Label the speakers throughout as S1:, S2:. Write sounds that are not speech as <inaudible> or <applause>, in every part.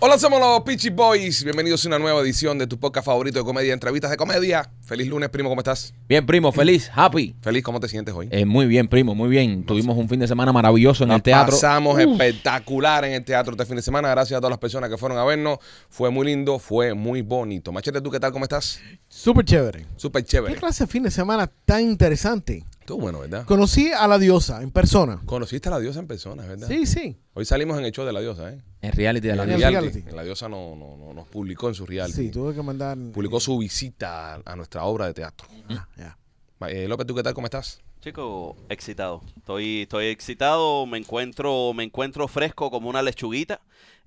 S1: Hola, somos los Peachy Boys. Bienvenidos a una nueva edición de tu podcast favorito de comedia, entrevistas de comedia. Feliz lunes, primo, ¿cómo estás?
S2: Bien, primo, feliz, happy.
S1: Feliz, ¿cómo te sientes hoy?
S2: Eh, muy bien, primo, muy bien. Tuvimos un fin de semana maravilloso en el teatro.
S1: Pasamos espectacular en el teatro este fin de semana. Gracias a todas las personas que fueron a vernos. Fue muy lindo, fue muy bonito. Machete, ¿tú qué tal? ¿Cómo estás?
S3: Súper chévere.
S1: Súper
S3: ¿Qué
S1: chévere.
S3: clase de fin de semana tan interesante?
S1: Tú bueno, ¿verdad?
S3: Conocí a la diosa en persona.
S1: Conociste a la diosa en persona, ¿verdad?
S3: Sí, sí.
S1: Hoy salimos en el show de la diosa, ¿eh?
S2: En reality de la
S1: En
S3: el
S2: vida.
S1: reality.
S3: reality.
S1: La diosa no, no- no- nos publicó en su reality.
S3: Sí, tuve que mandar.
S1: Publicó su visita a, a nuestra obra de teatro.
S3: Ah, ya.
S1: Ma- eh, López, ¿tú qué tal? ¿Cómo estás?
S4: Chico, excitado. Estoy, estoy excitado, me encuentro, me encuentro fresco como una lechuguita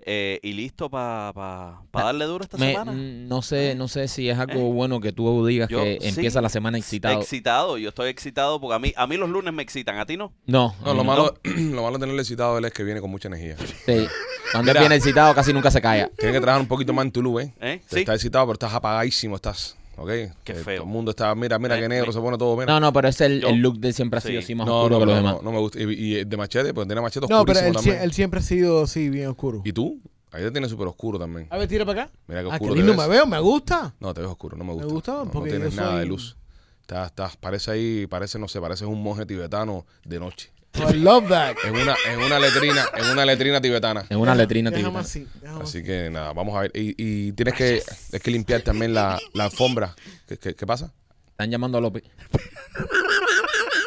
S4: eh, y listo para darle duro esta
S2: Ah, Me-
S4: semana.
S2: mm, no sé, no sé si es
S1: Eh,
S2: algo bueno que tú digas
S4: Yo-
S2: que
S4: sí,
S2: empieza la semana excitado.
S4: Excitado, yo estoy excitado porque a mí, a mí los lunes me excitan, a ti no.
S2: no,
S1: No, lo
S2: no.
S1: malo, <clears throat> lo malo de tenerle citado a él es que viene con mucha energía.
S2: Sí. este, Cuando
S1: Mira.
S2: viene excitado casi nunca se calla.
S1: Tiene que trabajar un poquito más en Tulum, ¿eh?
S4: ¿Eh?
S1: Te
S4: Sí.
S1: Estás excitado, pero estás apagadísimo, estás. ¿Ok?
S4: Qué
S1: Eh,
S4: feo.
S1: Todo el mundo está, mira, mira
S4: Eh,
S1: qué negro
S4: mi-
S1: se pone todo. Mira.
S2: No, no, pero es el,
S4: Yo-
S2: el look de siempre ha sido
S4: sí.
S2: así más
S1: no, no,
S2: oscuro que los
S1: no,
S2: demás.
S1: no, no me gusta. Y, y el de Machete, pues tiene Machete
S3: No, pero
S1: oscurísimo
S3: él, sie-
S1: también.
S3: él siempre ha sido así, bien oscuro.
S1: ¿Y tú? Ahí te tienes súper oscuro también.
S3: A ver, tira para acá.
S1: Mira qué
S3: Ah, qué
S1: oscuro te
S3: lindo
S1: ves.
S3: me veo, me gusta.
S1: No, te ves oscuro, no me gusta.
S3: gusta
S1: no, no
S3: porque
S1: tienes
S3: yo
S1: nada de
S3: soy-
S1: luz. Estás, estás, parece ahí, parece, no sé, parece un monje tibetano de noche.
S3: Oh, I love that.
S1: En una, en una letrina, en una letrina tibetana.
S2: Es una letrina
S3: Déjame
S2: tibetana.
S3: así. déjame así.
S1: Así que nada, vamos a ver. Y, y tienes que, es que limpiar también la, la alfombra. ¿Qué, qué, qué pasa?
S2: Están llamando a López.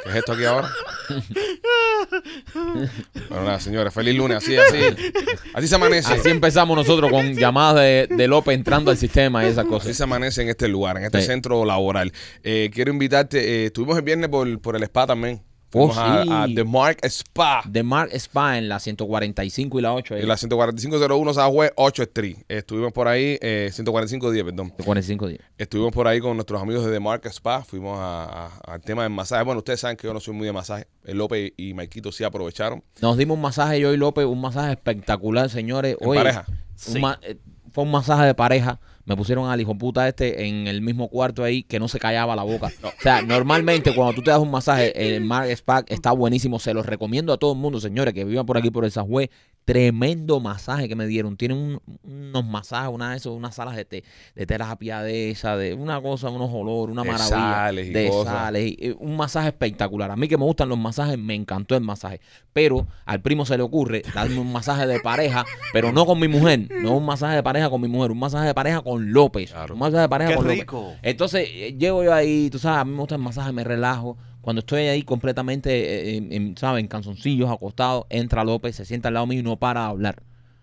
S1: ¿Qué es esto aquí ahora? Bueno, nada, señores, feliz lunes. Así, así. Así se amanece.
S2: Así empezamos nosotros con llamadas de, de López entrando al sistema y esas
S1: Así
S2: cosas.
S1: se amanece en este lugar, en este
S2: Sí.
S1: centro laboral. Eh, quiero invitarte. eh, estuvimos el viernes por, por el spa también. Fuimos a-
S2: Oh, sí.
S1: a, The Mark Spa.
S2: De Mark Spa en la 145 y la 8. eh.
S1: En la 14501 Sajue 8 Street. Estuvimos por ahí, eh, 14510, perdón.
S2: 45 días.
S1: Estuvimos por ahí con nuestros amigos de The Mark Spa. Fuimos a- a- al tema del masaje. Bueno, ustedes saben que yo no soy muy de masaje. El López y Maikito sí aprovecharon.
S2: Nos dimos un masaje yo y López, un masaje espectacular, señores.
S1: ¿En
S2: Oye,
S1: pareja?
S2: un
S4: Sí.
S2: ma- eh, fue un masaje de pareja. Me pusieron al hijo puta este en el mismo cuarto ahí que no se callaba la boca. O sea, normalmente cuando tú te das un masaje, el Mark Spa está buenísimo. Se los recomiendo a todo el mundo, señores, que vivan por aquí por el Sajue. Tremendo masaje que me dieron. Tienen un- unos masajes, una de esos, unas salas de té, de terapia de esa, de una cosa, unos olores, una
S1: De
S2: maravilla.
S1: sales y
S2: de
S1: cosas.
S2: sales. Le- eh, un masaje espectacular. A mí que me gustan los masajes, me encantó el masaje. Pero al primo se le ocurre darme un masaje de pareja, pero no con mi mujer. No un masaje de pareja con mi mujer, un masaje de pareja con López.
S1: Claro.
S2: Un masaje de pareja
S4: Qué
S2: con
S4: rico.
S2: López. Entonces eh, llego yo ahí, tú sabes, a mí me gusta el masaje, me relajo. Cuando estoy ahí completamente, eh, en, en, ¿sabes? En canzoncillos, acostado, entra López, se sienta al lado mío y no para de hablar.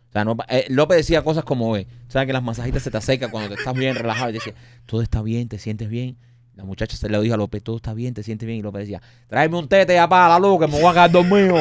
S2: O sea, no pa- eh, López decía cosas como, eh, ¿sabes? Que las masajitas se te acercan cuando te estás bien relajado. Y te decía, todo está bien, te sientes bien. La muchacha se le dijo a López, todo está bien, te sientes bien. Y López decía, tráeme un tete ya para la luz, que me voy a quedar dormido.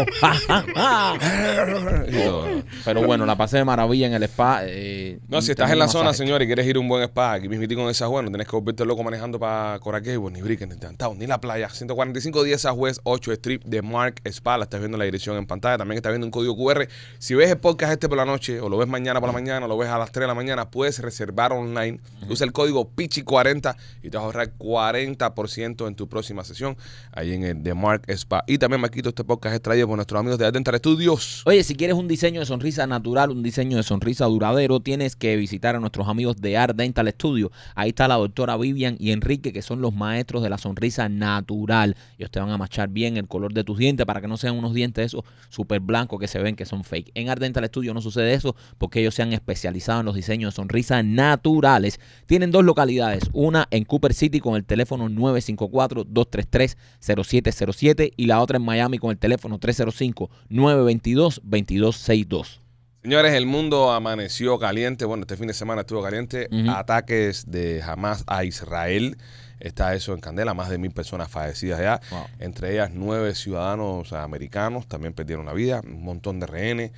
S1: Y todo.
S2: Pero bueno, la pasé de maravilla en el spa. eh,
S1: No, si estás en la
S2: un
S1: zona,
S2: masaje.
S1: señor, y quieres ir a un buen spa, aquí mismitico en esa no tenés que volverte loco manejando para Coraquebo, ni Brick, ni Downtown, ni la playa. 145 días a juez 8 Strip de Mark Spa. La estás viendo en la dirección en pantalla. También estás viendo un código QR. Si ves el podcast este por la noche, o lo ves mañana por la mañana, o lo ves a las 3 de la mañana, puedes reservar online. Usa el código PICHI40 y te vas a ahorrar 40% en tu próxima sesión ahí en el de Mark Spa. Y también, Marquito, este podcast es traído por nuestros amigos de Adental Studios.
S2: Oye, si quieres un diseño de sonrisa natural, un diseño de sonrisa duradero, tienes que visitar a nuestros amigos de Art Dental Studio. Ahí está la doctora Vivian y Enrique, que son los maestros de la sonrisa natural. Ellos te van a machar bien el color de tus dientes para que no sean unos dientes esos súper blancos que se ven que son fake. En Art Dental Studio no sucede eso porque ellos se han especializado en los diseños de sonrisas naturales. Tienen dos localidades, una en Cooper City con el teléfono 954-233-0707 y la otra en Miami con el teléfono 305-922-2262.
S1: Señores, el mundo amaneció caliente. Bueno, este fin de semana estuvo caliente.
S2: Ujú.
S1: Ataques de Hamas a Israel. Está eso en Candela, más de mil personas fallecidas ya.
S2: Wow.
S1: Entre ellas nueve ciudadanos americanos también perdieron la vida, un montón de rehenes,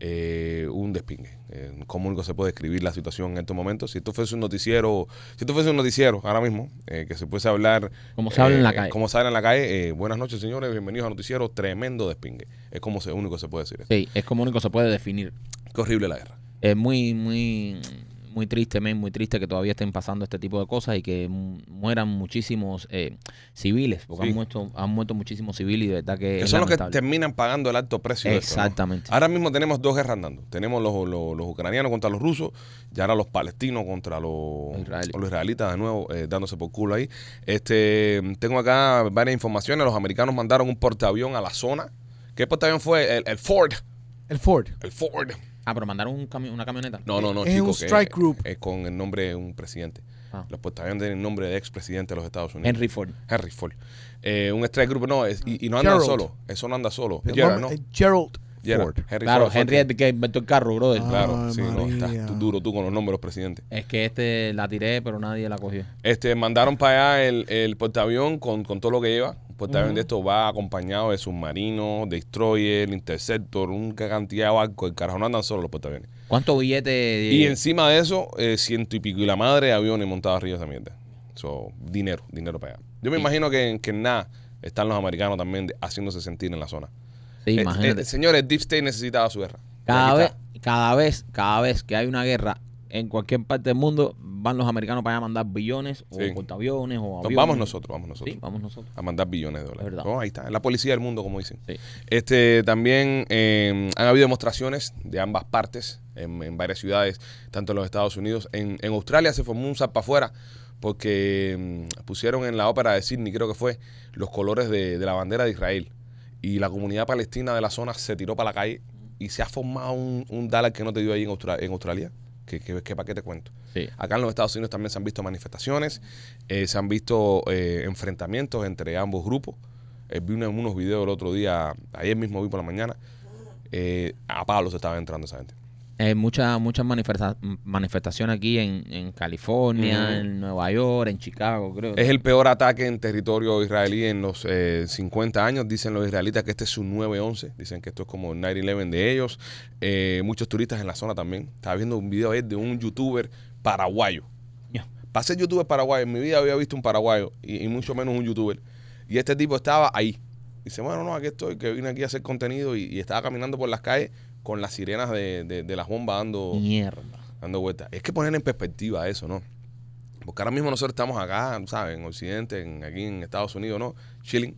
S1: eh, un despingue. Eh, ¿Cómo único se puede describir la situación en estos momentos? Si esto fuese un noticiero, si esto fuese un noticiero ahora mismo, eh, que se pudiese hablar...
S2: Como se habla en la
S1: eh,
S2: calle.
S1: Como se habla en la calle. eh, buenas noches, señores. Bienvenidos a Noticiero. Tremendo despingue. Es como se, único que se puede decir.
S2: Sí, es como único se puede definir.
S1: Qué horrible la guerra.
S2: Es muy, muy, Muy triste, men, muy triste que todavía estén pasando este tipo de cosas y que mu- mueran muchísimos eh, civiles, porque
S1: Sí.
S2: han, muerto, han muerto muchísimos civiles y de verdad que.
S1: Que
S2: es
S1: son los que
S2: Eh, lamentable.
S1: terminan pagando el alto precio. de esto, ¿no?
S2: Exactamente.
S1: Ahora mismo tenemos dos guerras andando. Tenemos los, los- los ucranianos contra los rusos y ahora los palestinos contra los,
S2: Los israelíes.
S1: los israelitas de nuevo eh, dándose por culo ahí. Este, tengo acá varias informaciones. Los americanos mandaron un portaavión a la zona. ¿Qué portaavión fue? El, el Ford.
S3: El Ford.
S1: El Ford.
S2: Ah, pero mandaron un cami- una camioneta.
S1: No, no, no,
S3: Es
S1: chico,
S3: un
S1: que
S3: strike
S1: es-
S3: group.
S1: es con el nombre de un presidente.
S2: Ah.
S1: Los portaaviones tienen el nombre de expresidente de los Estados Unidos.
S2: Henry Ford.
S1: Henry Ford. Eh, un strike group, no, es- y, y no andan
S3: Gerald.
S1: solo. Eso no anda solo.
S3: El
S1: Gerald, ¿no?
S3: nombre- eh, Gerald
S1: Gerald.
S3: Ford.
S1: Henry
S2: Claro,
S1: Ford fue
S2: Henry
S1: el
S2: es el que inventó el carro, brother.
S3: Ah.
S1: Claro,
S3: Ay,
S1: sí, no, estás
S3: María.
S1: tú duro tú con los nombres de los presidentes.
S2: Es que este la tiré, pero nadie la cogió.
S1: Este, mandaron para allá el, el portaavión con, con todo lo que lleva. Un portaavión de esto va acompañado de submarinos, destroyer, interceptor, una cantidad de barcos. El carajo, no andan solo los portaaviones.
S2: ¿Cuántos billetes?
S1: Y encima de eso, eh, ciento y pico y la madre de aviones montados arriba de esa mierda. So, dinero, dinero para allá. Yo me imagino que, que en nada están los americanos también de- haciéndose sentir en la zona.
S2: Sí,
S1: Eh,
S2: imagínate.
S1: eh, señores, Deep State necesitaba su guerra. Y
S2: cada
S1: aquí
S2: vez,
S1: está.
S2: cada vez, cada vez que hay una guerra en cualquier parte del mundo, van los americanos para allá a mandar billones o
S1: Sí.
S2: portaaviones o
S1: Entonces,
S2: aviones.
S1: vamos nosotros, vamos nosotros.
S2: Sí, vamos nosotros.
S1: A mandar billones de dólares.
S2: Es verdad.
S1: Oh, ahí está. La policía del mundo, como dicen.
S2: Sí.
S1: Este, también eh, han habido demostraciones de ambas partes en, en varias ciudades, tanto en los Estados Unidos. En, en Australia se formó un zap afuera porque mm, pusieron en la ópera de Sydney, creo que fue, los colores de, de la bandera de Israel. Y la comunidad palestina de la zona se tiró para la calle y se ha formado un, un Dallas que no te dio ahí en, Austra- en Australia. Que, que, que para qué te cuento.
S2: Sí.
S1: Acá en los Estados Unidos también se han visto manifestaciones, eh, se han visto eh, enfrentamientos entre ambos grupos. Eh, vi una- unos videos el otro día, ayer mismo vi por la mañana, eh, a Pablo se estaba entrando esa gente.
S2: Eh, muchas muchas manifesta- manifestaciones aquí en, en California,
S1: Ujú.
S2: en Nueva York, en Chicago, creo.
S1: Es el peor ataque en territorio israelí en los eh, 50 años. Dicen los israelitas que este es su 9-11. Dicen que esto es como el 9-11 de ellos. Eh, muchos turistas en la zona también. Estaba viendo un video ayer de un youtuber paraguayo.
S2: Ya.
S1: Para ser youtuber paraguayo, en mi vida había visto un paraguayo y, y mucho menos un youtuber. Y este tipo estaba ahí. Dice, bueno, no, aquí estoy, que vine aquí a hacer contenido y, y estaba caminando por las calles con las sirenas de, de- de las bombas dando
S2: Mierda.
S1: dando vueltas. Es que poner en perspectiva eso, ¿no? Porque ahora mismo nosotros estamos acá, ¿sabes? En Occidente, en- aquí en Estados Unidos, ¿no? Chilling.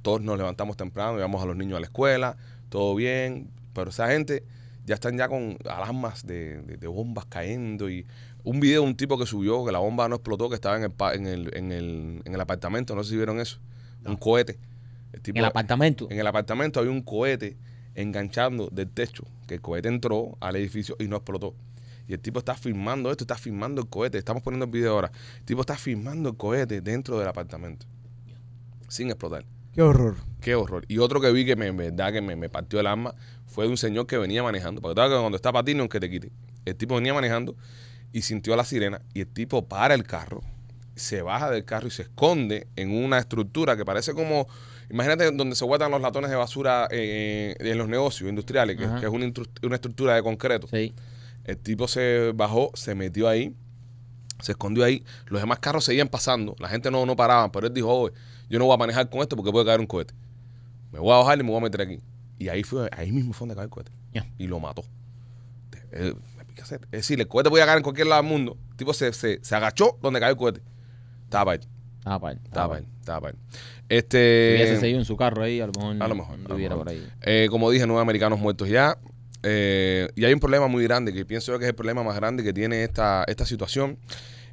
S1: Todos nos levantamos temprano, llevamos a los niños a la escuela, todo bien. Pero esa gente ya están ya con alarmas de, de- de bombas cayendo y un video de un tipo que subió que la bomba no explotó, que estaba en el, pa- en el, en el, en el apartamento, no sé si vieron eso. Un cohete. El
S2: En
S1: tipo-
S2: el apartamento.
S1: en el apartamento había un cohete enganchando del techo, que el cohete entró al edificio y no explotó. Y el tipo está filmando esto, está filmando el cohete. Estamos poniendo el video ahora. El tipo está filmando el cohete dentro del apartamento. Sin explotar.
S3: Qué horror.
S1: Qué horror. Y otro que vi que me, en verdad que me, me partió el alma fue de un señor que venía manejando. Porque tú sabes que cuando está patino, aunque te quite. El tipo venía manejando y sintió la sirena. Y el tipo para el carro, se baja del carro y se esconde en una estructura que parece como. Imagínate donde se guardan los latones de basura eh, en los negocios industriales, que,
S2: Ajá.
S1: que es una, intru- una estructura de concreto.
S2: Sí.
S1: El tipo se bajó, se metió ahí, se escondió ahí. Los demás carros seguían pasando. La gente no, no paraban, pero él dijo, "Oye, yo no voy a manejar con esto porque puede caer un cohete. Me voy a bajar y me voy a meter aquí. Y ahí fue, ahí mismo fue donde cayó el cohete.
S2: Ya.
S1: Y lo mató. Eh, ¿qué hacer? Es decir, el cohete podía caer en cualquier lado del mundo. El tipo se, se, se agachó donde cayó el cohete. Estaba ahí,
S2: Ah, pa' él, ah,
S1: estaba
S2: pa'
S1: ahí,
S2: él.
S1: estaba ahí.
S2: Si
S1: Este,
S2: hubiese seguido en su carro ahí, a lo mejor.
S1: a lo mejor, a lo
S2: anduviera
S1: mejor.
S2: por ahí.
S1: eh, como dije, nueve americanos muertos ya. Eh, y hay un problema muy grande, que pienso yo que es el problema más grande que tiene esta, esta situación,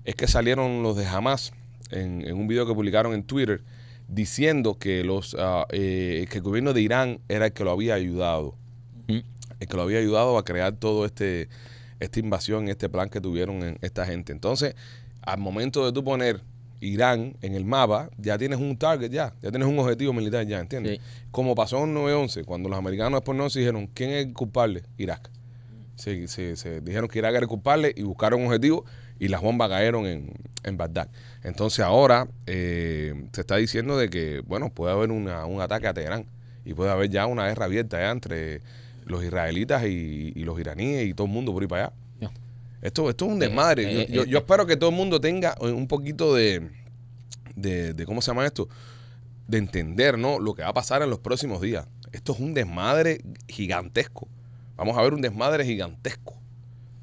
S1: es que salieron los de Hamas en, en un video que publicaron en Twitter diciendo que, los, ah, eh, que el gobierno de Irán era el que lo había ayudado,
S2: Ujú.
S1: el que lo había ayudado a crear todo este esta invasión, este plan que tuvieron en esta gente. Entonces, al momento de tú poner Irán en el mapa, ya tienes un target ya, ya tienes un objetivo militar ya, ¿entiendes?
S2: Sí.
S1: Como pasó en 9-11, cuando los americanos después no se dijeron, ¿quién es el culpable? Irak. Se, se- se dijeron que Irak era el culpable y buscaron un objetivo y las bombas cayeron en, en Bagdad. Entonces ahora eh, se está diciendo de que, bueno, puede haber una- un ataque a Teherán y puede haber ya una guerra abierta ya entre los israelitas y, y los iraníes y todo el mundo por ahí para allá.
S2: Ya.
S1: Esto, esto es un
S2: Eh,
S1: desmadre.
S2: eh,
S1: yo, yo-
S2: eh,
S1: yo
S2: eh.
S1: espero que todo el mundo tenga eh, un poquito de, de, de ¿cómo se llama esto? De entender, ¿no? Lo que va a pasar en los próximos días. Esto es un desmadre gigantesco. Vamos a ver un desmadre gigantesco.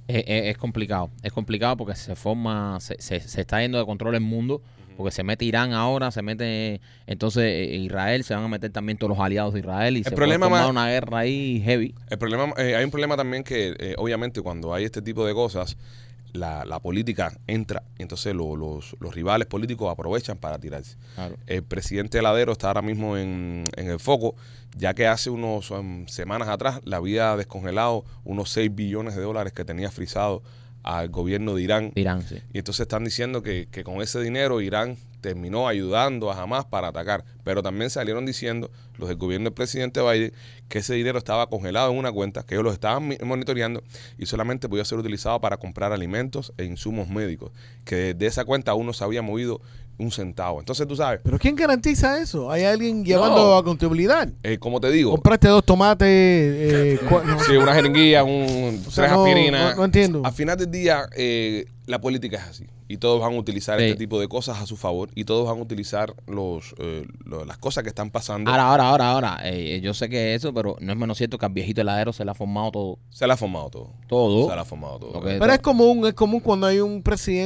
S2: Es, es- es complicado, es complicado porque se forma, se, se- se está yendo de control el mundo, porque se mete Irán ahora, se mete entonces eh, Israel, se van a meter también todos los aliados de Israel y se
S1: problema
S2: puede
S1: más-
S2: formar una guerra ahí heavy.
S1: El problema, eh, hay un problema también que, eh, obviamente, cuando hay este tipo de cosas, la, la política entra. y Entonces, lo- los, los rivales políticos aprovechan para tirarse. El presidente Heladero está ahora mismo en, en el foco, ya que hace unos em, semanas atrás le había descongelado unos 6 billones de dólares que tenía frisado al gobierno de Irán.
S2: Irán, sí.
S1: Y entonces están diciendo que, que con ese dinero Irán terminó ayudando a Hamas para atacar. Pero también salieron diciendo los del gobierno del presidente Biden que ese dinero estaba congelado en una cuenta, que ellos lo estaban mi- monitoreando y solamente podía ser utilizado para comprar alimentos e insumos médicos. Que de, de esa cuenta aún no se había movido un centavo. Entonces tú sabes,
S3: ¿Pero quién garantiza eso? ¿Hay alguien llevando a contabilidad?
S1: eh, como te digo,
S3: Compraste dos tomates.
S1: <laughs>
S3: eh, cua- no.
S1: Sí, una jeringuilla, un,
S3: O sea,
S1: tres
S3: no-
S1: aspirinas.
S3: no- no entiendo.
S1: Al final del día, eh, la política es así. Y todos van a utilizar
S2: Sí.
S1: este tipo de cosas a su favor. Y todos van a utilizar los, eh, lo- las cosas que están pasando.
S2: Ahora, ahora, ahora, ahora, eh, yo sé que eso, pero no es menos cierto que al viejito heladero se le ha formado todo.
S1: se la ha formado todo.
S2: Todo.
S1: Se la ha formado todo.
S2: Ok.
S3: Pero es común, es común cuando hay un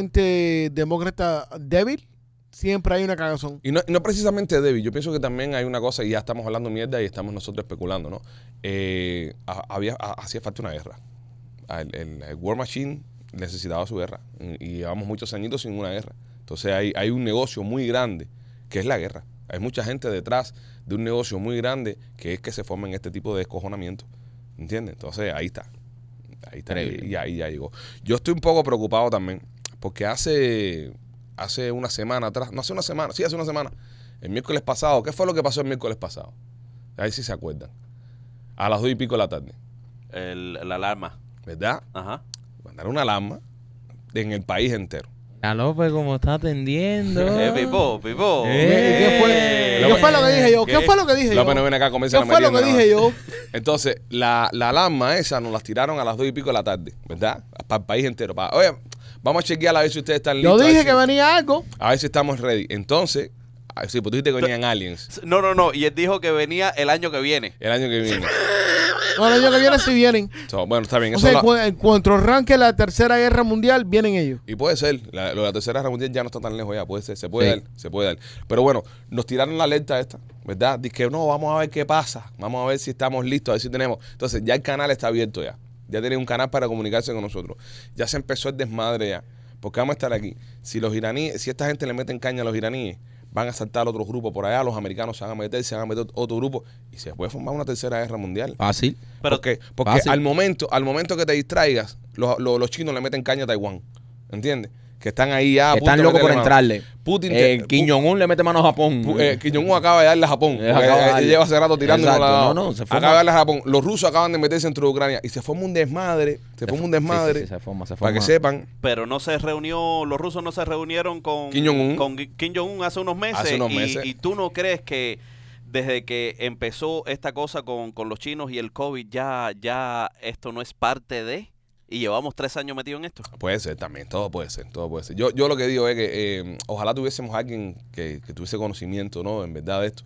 S3: presidente demócrata débil, siempre hay una cagazón.
S1: Y no, y no precisamente débil. Yo pienso que también hay una cosa, y ya estamos hablando mierda y estamos nosotros especulando, ¿no? Eh, ha- había, ha- hacía falta una guerra. Ah, El, el- el War Machine necesitaba su guerra. Y, y llevamos muchos añitos sin una guerra. Entonces hay, hay un negocio muy grande que es la guerra. Hay mucha gente detrás de un negocio muy grande que es que se formen este tipo de descojonamiento. ¿Entiendes? Entonces ahí está. Ahí está.
S2: Increíble.
S1: Y, y ahí ya llegó. Yo estoy un poco preocupado también porque hace, hace una semana atrás, no hace una semana, sí, hace una semana, el miércoles pasado, ¿qué fue lo que pasó el miércoles pasado? Ahí sí se acuerdan. A las dos y pico de la tarde,
S4: El, la alarma.
S1: ¿verdad?
S2: Ah.
S4: Ajá.
S1: Mandaron una alarma en el país entero.
S2: A López, como
S1: <laughs>
S2: está atendiendo.
S4: Eh, Pipo, Pipo.
S2: Eh, ¿qué fue?
S3: ¿Qué fue lo que dije yo? ¿Qué,
S4: ¿Qué?
S3: fue lo que dije yo?
S1: López no viene acá a comerse
S3: ¿Qué
S1: la
S3: fue lo que
S1: merienda,
S3: dije
S1: ¿no?
S3: yo?
S1: Entonces, la, la alarma esa nos las tiraron a las dos y pico de la tarde, ¿verdad? Para el país entero. Pa- Oye, vamos a chequear a ver si ustedes están
S3: Yo
S1: listos. a ver
S3: dije
S1: si-
S3: que venía algo.
S1: A ver si estamos ready. Entonces, ah, sí, pues tú dijiste que venían aliens
S4: No, no, no. Y él dijo que venía el año que viene.
S1: el año que
S3: <laughs>
S1: viene.
S3: No, el año que viene si vienen.
S1: So, bueno, está bien.
S3: O
S1: Eso
S3: sea,
S1: lo-
S3: cu- <laughs> en cuanto arranque la tercera guerra mundial, vienen ellos.
S1: Y puede ser, la, lo de la tercera guerra mundial ya no está tan lejos ya, puede ser, se puede
S2: Sí.
S1: dar, se puede dar. Pero bueno, nos tiraron la alerta esta, ¿verdad? Dice que no, vamos a ver qué pasa, vamos a ver si estamos listos, a ver si tenemos. Entonces ya el canal está abierto ya, ya tienen un canal para comunicarse con nosotros. Ya se empezó el desmadre ya, porque vamos a estar aquí. Si los iraníes, si esta gente le meten caña a los iraníes, van a saltar otro grupo por allá, los americanos se van a meter, se van a meter otro grupo y se puede formar una tercera guerra mundial.
S2: Fácil.
S4: Pero
S1: Porque, porque
S2: Fácil.
S1: al momento, al momento que te distraigas, los, los- los chinos le meten caña a Taiwán. ¿Entiendes? Que están ahí ya. a Ah, punto
S2: Están
S1: de
S2: locos por
S1: meterle mano.
S2: entrarle.
S1: Putin te-
S2: Eh, Kim Jong-un le mete mano a Japón.
S1: Pu- eh, Kim Jong-un acaba de darle a Japón.
S2: Eh,
S1: porque,
S2: acaba de
S1: eh,
S2: darle.
S1: lleva hace rato tirando
S2: Exacto,
S1: con la-
S2: no, no, se forma-
S1: Acaba de darle a Japón. Los rusos acaban de meterse dentro de Ucrania. Y se forma un desmadre. Se, forma un
S2: Sí, sí,
S1: desmadre.
S2: sí, se forma, se
S1: para que
S2: forma.
S1: sepan.
S4: Pero no se reunió, los rusos no se reunieron con
S1: Kim Jong-un.
S4: con Kim Jong-un hace unos meses.
S1: Hace unos
S4: y,
S1: meses.
S4: y tú no crees que desde que empezó esta cosa con, con los chinos y el COVID, ya, ya esto no es parte de. Y llevamos tres años metidos en esto.
S1: Puede ser también, todo puede ser, todo puede ser. Yo, yo lo que digo es que eh, ojalá tuviésemos alguien que, que tuviese conocimiento, ¿no? En verdad de esto.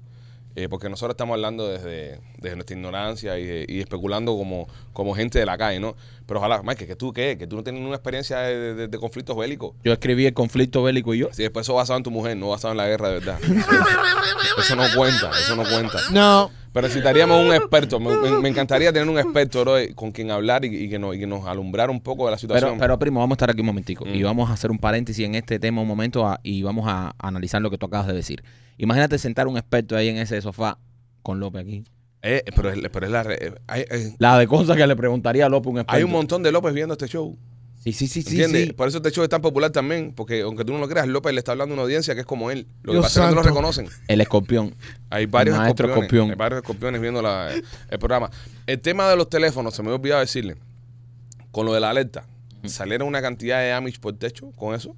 S1: Eh, porque nosotros estamos hablando desde, desde nuestra ignorancia y, de- y especulando como, como gente de la calle, ¿no? Pero ojalá, Mike, que tú qué, que tú no tienes ninguna experiencia de, de- de conflictos bélicos.
S2: Yo escribí el conflicto bélico y yo.
S1: Si después eso basado en tu mujer, no basado en la guerra de verdad. Eso no cuenta, eso no cuenta.
S3: No.
S1: Pero necesitaríamos un experto. Me, me- me encantaría tener un experto, bro, con quien hablar y, y que nos, y que nos alumbrara un poco de la
S2: Pero,
S1: situación.
S2: pero primo, vamos a estar aquí un momentico y
S1: Mm.
S2: vamos a hacer un paréntesis en este tema un momento a- y vamos a, analizar lo que tú acabas de decir. Imagínate sentar un experto ahí en ese sofá con López aquí.
S1: Eh, pero, es- pero es la... re- eh, hay- eh,
S2: La de cosas que le preguntaría a López un experto.
S1: Hay un montón de López viendo este show.
S2: Sí, sí, sí, sí.
S1: ¿Entiendes?
S2: sí.
S1: Por eso este show es tan popular también. Porque aunque tú no lo creas, López le está hablando a una audiencia que es como él. Lo que
S3: Dios
S1: pasa es que no lo
S3: santo.
S1: reconocen.
S2: El escorpión.
S1: Hay varios
S2: Maestro
S1: escorpiones.
S2: escorpión.
S1: Hay varios escorpiones viendo la- el programa. El tema de los teléfonos, se me había olvidado decirle. Con lo de la alerta, salieron una cantidad de Amish por techo con eso.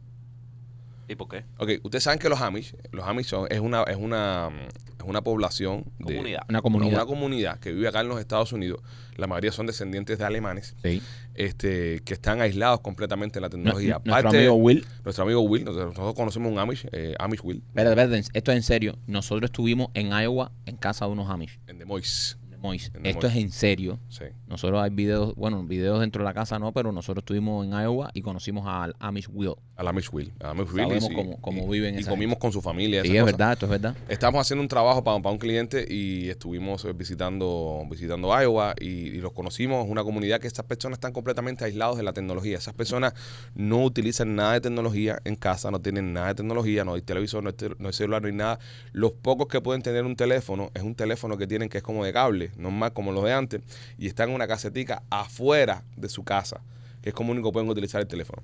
S4: ¿Y por qué?
S1: Ok, ustedes saben que los Amish, los Amish son, es una, es una, es una población de
S4: Comunidad.
S2: Una
S1: una
S2: comunidad.
S1: comunidad que vive acá en los Estados Unidos. La mayoría son descendientes de alemanes,
S2: Sí.
S1: este, que están aislados completamente de la
S2: Nu-
S1: tecnología.
S2: nuestro
S1: Aparte-
S2: amigo Will.
S1: Nuestro amigo Will, nosotros, nosotros conocemos un Amish, eh, Amish Will,
S2: Espérate, espérate, esto es en serio. Nosotros estuvimos en Iowa en casa de unos Amish.
S1: en The Mois.
S2: de Mois.
S1: En Des
S2: Esto es
S1: Moines.
S2: en serio.
S1: Sí.
S2: Nosotros hay videos, bueno, videos dentro de la casa no, pero nosotros estuvimos en Iowa y conocimos al Amish Will.
S1: A la Miss Will. A la Miss Will. y
S2: Sabemos
S1: sí,
S2: cómo- cómo
S1: y-
S2: viven
S1: Y
S2: esa
S1: comimos con su familia.
S2: Sí,
S1: esas
S2: es
S1: cosas.
S2: verdad, esto es verdad.
S1: Estamos haciendo un trabajo para, para un cliente y estuvimos eh, visitando, visitando Iowa y, y los conocimos. Es una comunidad que estas personas están completamente aislados de la tecnología. Esas personas no utilizan nada de tecnología en casa, no tienen nada de tecnología, no hay televisor, no hay, tel- no hay celular, no hay nada. Los pocos que pueden tener un teléfono es un teléfono que tienen que es como de cable, normal como los de antes, y están en una casetica afuera de su casa, que es como único que pueden utilizar el teléfono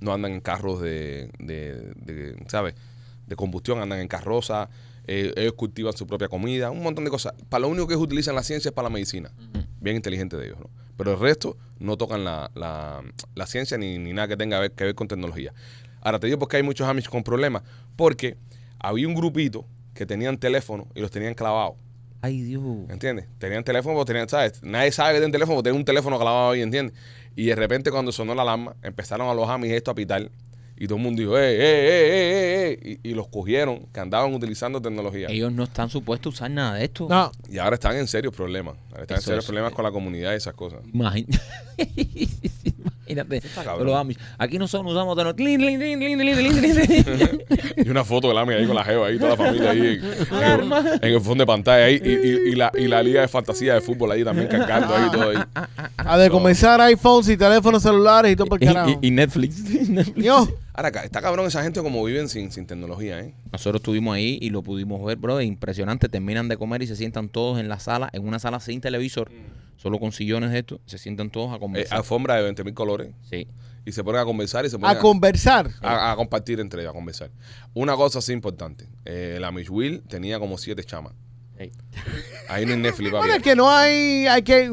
S1: no andan en carros de, de, de, ¿sabes? De combustión, andan en carroza, eh, ellos cultivan su propia comida, un montón de cosas. Para lo único que ellos utilizan la ciencia es para la medicina. Bien inteligente de ellos, ¿no? Pero el resto no tocan la, la- la ciencia ni, ni nada que tenga ver- que ver con tecnología. Ahora te digo porque hay muchos Amish con problemas. Porque había un grupito que tenían teléfono y los tenían clavados.
S2: Ay, Dios.
S1: ¿Entiendes? Tenían teléfono, pues tenían, ¿sabes? Nadie sabe que tienen teléfono, porque tienen un teléfono clavado ahí, ¿entiendes? Y de repente cuando sonó la alarma, empezaron a los amis esto a pitar. Y todo el mundo dijo, ¡eh, eh, eh, eh, eh! Y, y los cogieron, que andaban utilizando tecnología.
S2: Ellos no están supuestos a usar nada de esto.
S3: No,
S1: Y ahora están en serios problemas. Ahora están en
S2: Eso
S1: serios
S2: es. eh.
S1: problemas con la comunidad y esas cosas.
S2: Imagín- <laughs> Imagínate.
S1: cabrón.
S2: Los Amish. Aquí nosotros usamos de clin, clin, clin, clin, clin, clin, clin.
S3: <laughs>
S2: <laughs>
S1: Y una foto del ami ahí con la jeva ahí, toda la familia ahí. En, en el, en el fondo de pantalla ahí. Y, y- y la, y la liga de fantasía de fútbol ahí también cargando ahí todo ahí.
S3: a de comenzar iPhones y teléfonos celulares y todo por el carajo.
S2: <laughs> Y, y- y Netflix. <laughs> Netflix.
S3: Yo,
S1: Ahora, ca- está cabrón esa gente como viven sin, sin tecnología, ¿eh?
S2: Nosotros estuvimos ahí y lo pudimos ver, bro. Impresionante. Terminan de comer y se sientan todos en la sala, en una sala sin televisor, solo con sillones de esto. Se sientan todos a
S1: Eh, ah.
S2: conversar.
S1: alfombra de 20 mil colores.
S2: sí.
S1: Y se ponen a conversar y se ponen
S3: a conversar.
S1: a, a compartir entre ellos, a conversar. Una cosa así importante. eh, la Miss Will tenía como siete chamas.
S2: Ey.
S1: Ahí no hay Netflix, papi.
S3: <laughs> Bueno, es que no hay, hay que...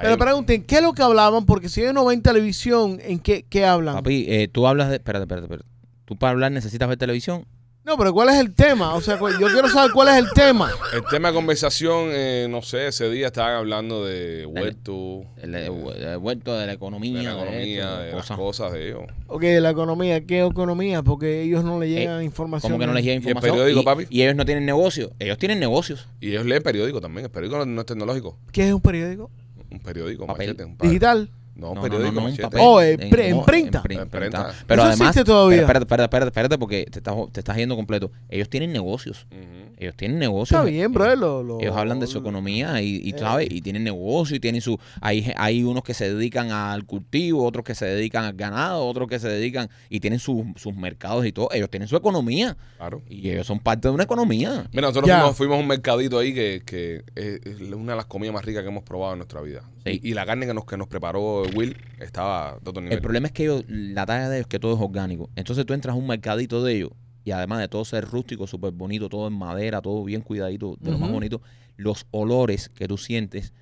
S3: Pero pregunten, ¿qué es lo que hablaban? Porque si ellos no ven televisión, ¿en qué, qué hablan?
S2: Papi, eh, tú hablas de. Espérate, espérate, espérate. Tú para hablar necesitas ver televisión.
S3: No, pero ¿cuál es el tema? O sea, cu- yo quiero saber cuál es el tema.
S1: El tema de conversación, eh, no sé, ese día estaban hablando de huerto,
S2: El,
S1: eh,
S2: el- el vuelto de la economía.
S1: de la
S2: esto,
S1: economía, de las
S2: cosas.
S1: cosas de ellos.
S3: Ok, la economía, ¿qué economía? Porque ellos no le llegan información.
S2: ¿Cómo que no les llega
S1: el
S2: información?
S1: periódico, papi?
S2: y ellos no tienen negocio. Ellos tienen negocios.
S1: Y ellos leen periódico también. El periódico no, no es tecnológico.
S3: ¿Qué es un periódico?
S1: Un periódico,
S2: Papel.
S1: machete, un pa-
S3: ¿Digital?
S1: No, un
S2: No, no,
S1: periódico,
S2: no, no, un
S1: machete.
S2: papel.
S3: Oh, eh, pre-
S2: no,
S3: en printa.
S2: prin-
S1: En printa.
S2: printa. Pero
S3: Eso
S2: además,
S3: existe todavía.
S2: Espérate, espérate, espérate, espérate, porque te estás, te estás yendo completo. Ellos tienen negocios.
S1: Ujú.
S2: Ellos tienen negocios.
S3: Está bien, bro.
S2: Ellos-
S3: lo- lo-
S2: Ellos hablan de su economía y, y, ¿sabes? y tienen negocio y tienen su... Hay, ge- hay unos que se dedican al cultivo, otros que se dedican al ganado, otros que se dedican y tienen sus- sus mercados y todo. Ellos tienen su economía
S1: Claro.
S2: y ellos son parte de una economía.
S1: Mira, nosotros
S3: Ya.
S1: fuimos, fuimos a un mercadito ahí que, que es, es una de las comidas más ricas que hemos probado en nuestra vida.
S2: Sí.
S1: Y, y la carne que nos, que nos preparó Will estaba de otro nivel.
S2: El problema es que ellos, la talla de ellos es que todo es orgánico. Entonces tú entras a un mercadito de ellos y además de todo ser rústico, súper bonito, todo en madera, todo bien cuidadito, de lo más
S3: Ujú.
S2: bonito, los olores que tú sientes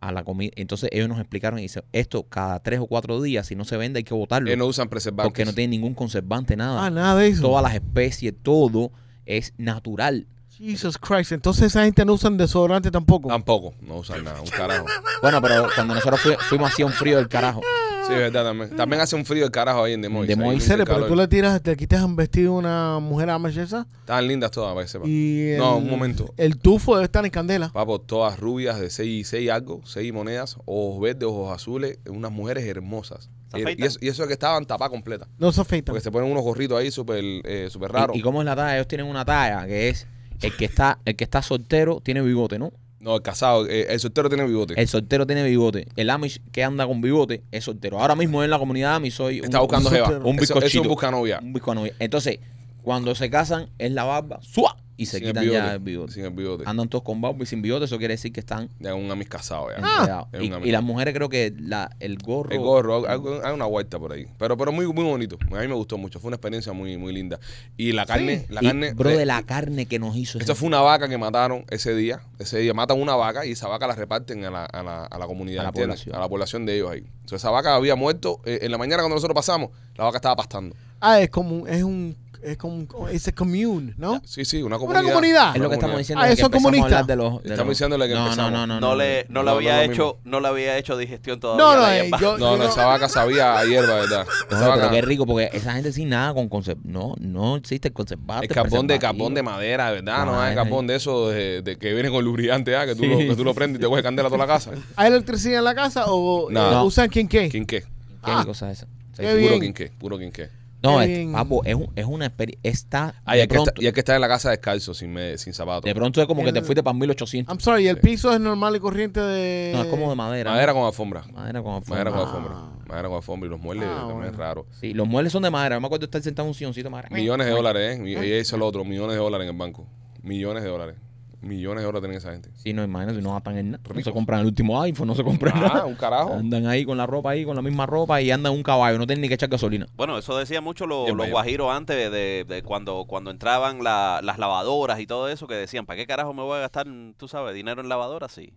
S2: a la comida. Entonces ellos nos explicaron y dicen, esto cada tres o cuatro días, si no se vende hay que botarlo.
S1: Ellos no usan preservantes.
S2: porque no tiene ningún conservante, nada.
S3: Ah, nada de eso.
S2: Todas las especies, todo es natural.
S3: Jesus Christ. Entonces esa gente no usan desodorante tampoco.
S1: Tampoco, no usan nada, un carajo.
S2: Bueno, pero cuando nosotros fui- fuimos hacía un frío del carajo.
S1: Sí, es verdad también. También hace un frío el carajo ahí en Demois.
S2: En Des Moines.
S1: Ahí
S3: Cele,
S1: hace
S3: pero
S1: calor.
S3: tú le tiras, te quitas un vestido a una mujer amachesa
S1: Estaban lindas todas, para que sepa.
S3: y el,
S1: No, un momento.
S3: el tufo debe estar en candela.
S1: Papo, todas rubias de 6 seis algo, 6 monedas, ojos verdes, ojos azules, unas mujeres hermosas. Eh,
S4: ¿Se
S1: Y,
S4: afeitan?
S1: y eso, y eso es que estaban tapadas completa.
S3: No se afeita.
S1: Porque se ponen unos gorritos ahí súper eh, súper raros.
S2: ¿Y, y cómo es la talla? Ellos tienen una talla que es el que está, el que está soltero tiene bigote, ¿no?
S1: No, el casado, eh, el soltero tiene bigote.
S2: El soltero tiene bigote. El Amish que anda con bigote es soltero. Ahora mismo en la comunidad Amish soy un,
S1: Está buscando
S3: un
S1: jeva.
S3: soltero.
S2: Un
S1: Eso- eso es
S2: bizcochito.
S1: un buscanovia.
S2: un biconovio. Entonces, cuando se casan, es la barba ¡sua! y se
S1: Sin
S2: quitan ya el bigote.
S1: Sin el bigote.
S2: Andan todos con barba y sin bigote. Eso quiere decir que están
S1: Ya un amis casado ya.
S2: entregados.
S1: es
S2: Ah, y,
S1: una
S2: y
S1: mierda.
S2: las mujeres creo que la, el gorro...
S1: El gorro, hay, hay una vuelta por ahí. Pero, pero muy, muy bonito. A mí me gustó mucho. Fue una experiencia muy, muy linda. Y la carne, la
S2: y,
S1: carne.
S2: bro,
S1: eh,
S2: de la carne que nos hizo.
S1: Esa
S2: ese-
S1: fue una vaca que mataron ese día. Ese día matan una vaca y esa vaca la reparten a la, a la, a la comunidad,
S2: A la
S1: ¿entiendes?
S2: población.
S1: a la población de ellos ahí. Entonces, esa vaca había muerto. eh, en la mañana cuando nosotros pasamos, la vaca estaba pastando.
S3: Ah, es como un- es un es como es a commune, ¿no?
S1: Sí, sí, una
S3: Una
S1: comunidad.
S3: comunidad.
S2: Es lo que estamos
S1: comunidad.
S2: diciendo.
S3: Ah,
S2: de que
S3: eso es
S2: empezamos a
S3: comunista.
S2: hablar de los- de
S1: Estamos
S2: los-
S1: diciendo de que
S2: no,
S1: empezamos.
S2: No, no,
S4: No le, no le
S1: no, no
S4: había
S1: es lo
S4: hecho, no le había hecho digestión todavía.
S3: No, no,
S4: la
S3: eh,
S4: hierba.
S3: yo,
S1: No,
S3: yo
S1: no, esa vaca sabía a hierba, ¿verdad?
S2: No,
S1: Esa
S2: pero
S1: vaca.
S2: qué rico, porque esa gente sin nada con concepto. No, no existe el conservante.
S1: El carbón de
S2: Ah, preservativo.
S1: carbón de madera, ¿verdad? No,
S2: Ajá,
S1: hay carbón de eso de, de que viene con lubricante, ¿ah? que, tú lo, que tú lo prendes y te coge candela toda la
S2: <laughs>
S1: casa.
S3: ¿Hay electricidad en la casa o eh,
S1: No.
S3: usan quien qué?
S1: Quinqué,
S2: ¿Qué
S3: Ah.
S2: cosa es esa? Sí.
S3: Qué
S1: puro
S3: bien.
S1: quinqué, puro quinqué.
S2: No,
S3: Qué
S2: es,
S3: bien.
S2: papo, es, un- es una experiencia. Está.
S1: Ah, y
S2: de,
S1: hay, que
S2: pronto,
S1: estar, y hay que estar en la casa descalzo, sin, me- sin zapatos.
S2: de pronto es como que te
S3: El-
S2: fuiste para 1800.
S3: I'm sorry, el piso es normal y corriente de
S2: No, es como de madera.
S1: Madera con alfombra.
S2: Madera con alfombra.
S1: Madera con
S3: Ah.
S1: alfombra. Madera con alfombra. Y los muebles
S3: Ah,
S1: también es
S3: bueno.
S1: raro.
S2: Sí, los muebles son de madera. Yo me acuerdo estar sentado en un silloncito de madera.
S1: Millones de dólares, ¿eh? Mi-
S2: Ah.
S1: Y eso es lo otro, millones de dólares en el banco. Millones de dólares. Millones de dólares tienen esa gente.
S2: Sí, no, imagínate, no gastan en nada. No se
S1: Ricos.
S2: compran el último iPhone, no se compran
S1: Ah,
S2: nada.
S1: un carajo.
S2: Andan ahí con la ropa ahí, con la misma ropa y andan un caballo. No tienen ni que echar gasolina.
S4: Bueno, eso decía mucho lo-
S1: Bien
S4: los
S1: bello.
S4: guajiros antes de, de- de cuando, cuando entraban la- las lavadoras y todo eso, que decían, ¿para qué carajo me voy a gastar, tú sabes, dinero en lavadoras? Sí.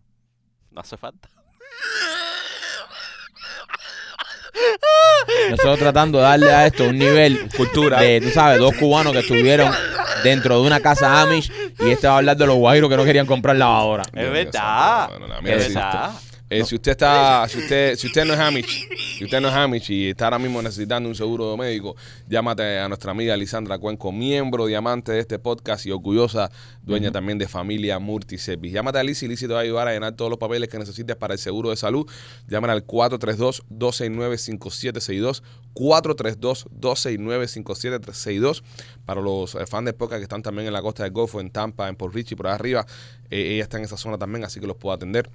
S4: No hace falta.
S2: Nosotros tratando de darle a esto un nivel cultura de, tú sabes, dos cubanos que estuvieron dentro de una casa Amish y este va a hablar de los guairos que no querían comprar lavadora.
S4: Es
S1: Dios mío,
S4: verdad.
S1: santo, no, no, no, mira,
S4: es
S1: sí,
S4: verdad.
S1: Eh, Si usted está, si usted, si usted no es Amish, si usted no es Amish y está ahora mismo necesitando un seguro médico, llámate a nuestra amiga Lisandra Cuenco, miembro diamante de este podcast y orgullosa dueña también de familia Multiservice. Llámate a Liz y Liz te va a ayudar a llenar todos los papeles que necesites para el seguro de salud. Llámala al 432-269-5762, 432-269-5762. Para los eh, fans de podcast que están también en la costa del Golfo, en Tampa, en Port Richie, por ahí arriba, eh, ella está en esa zona también, así que los puedo atender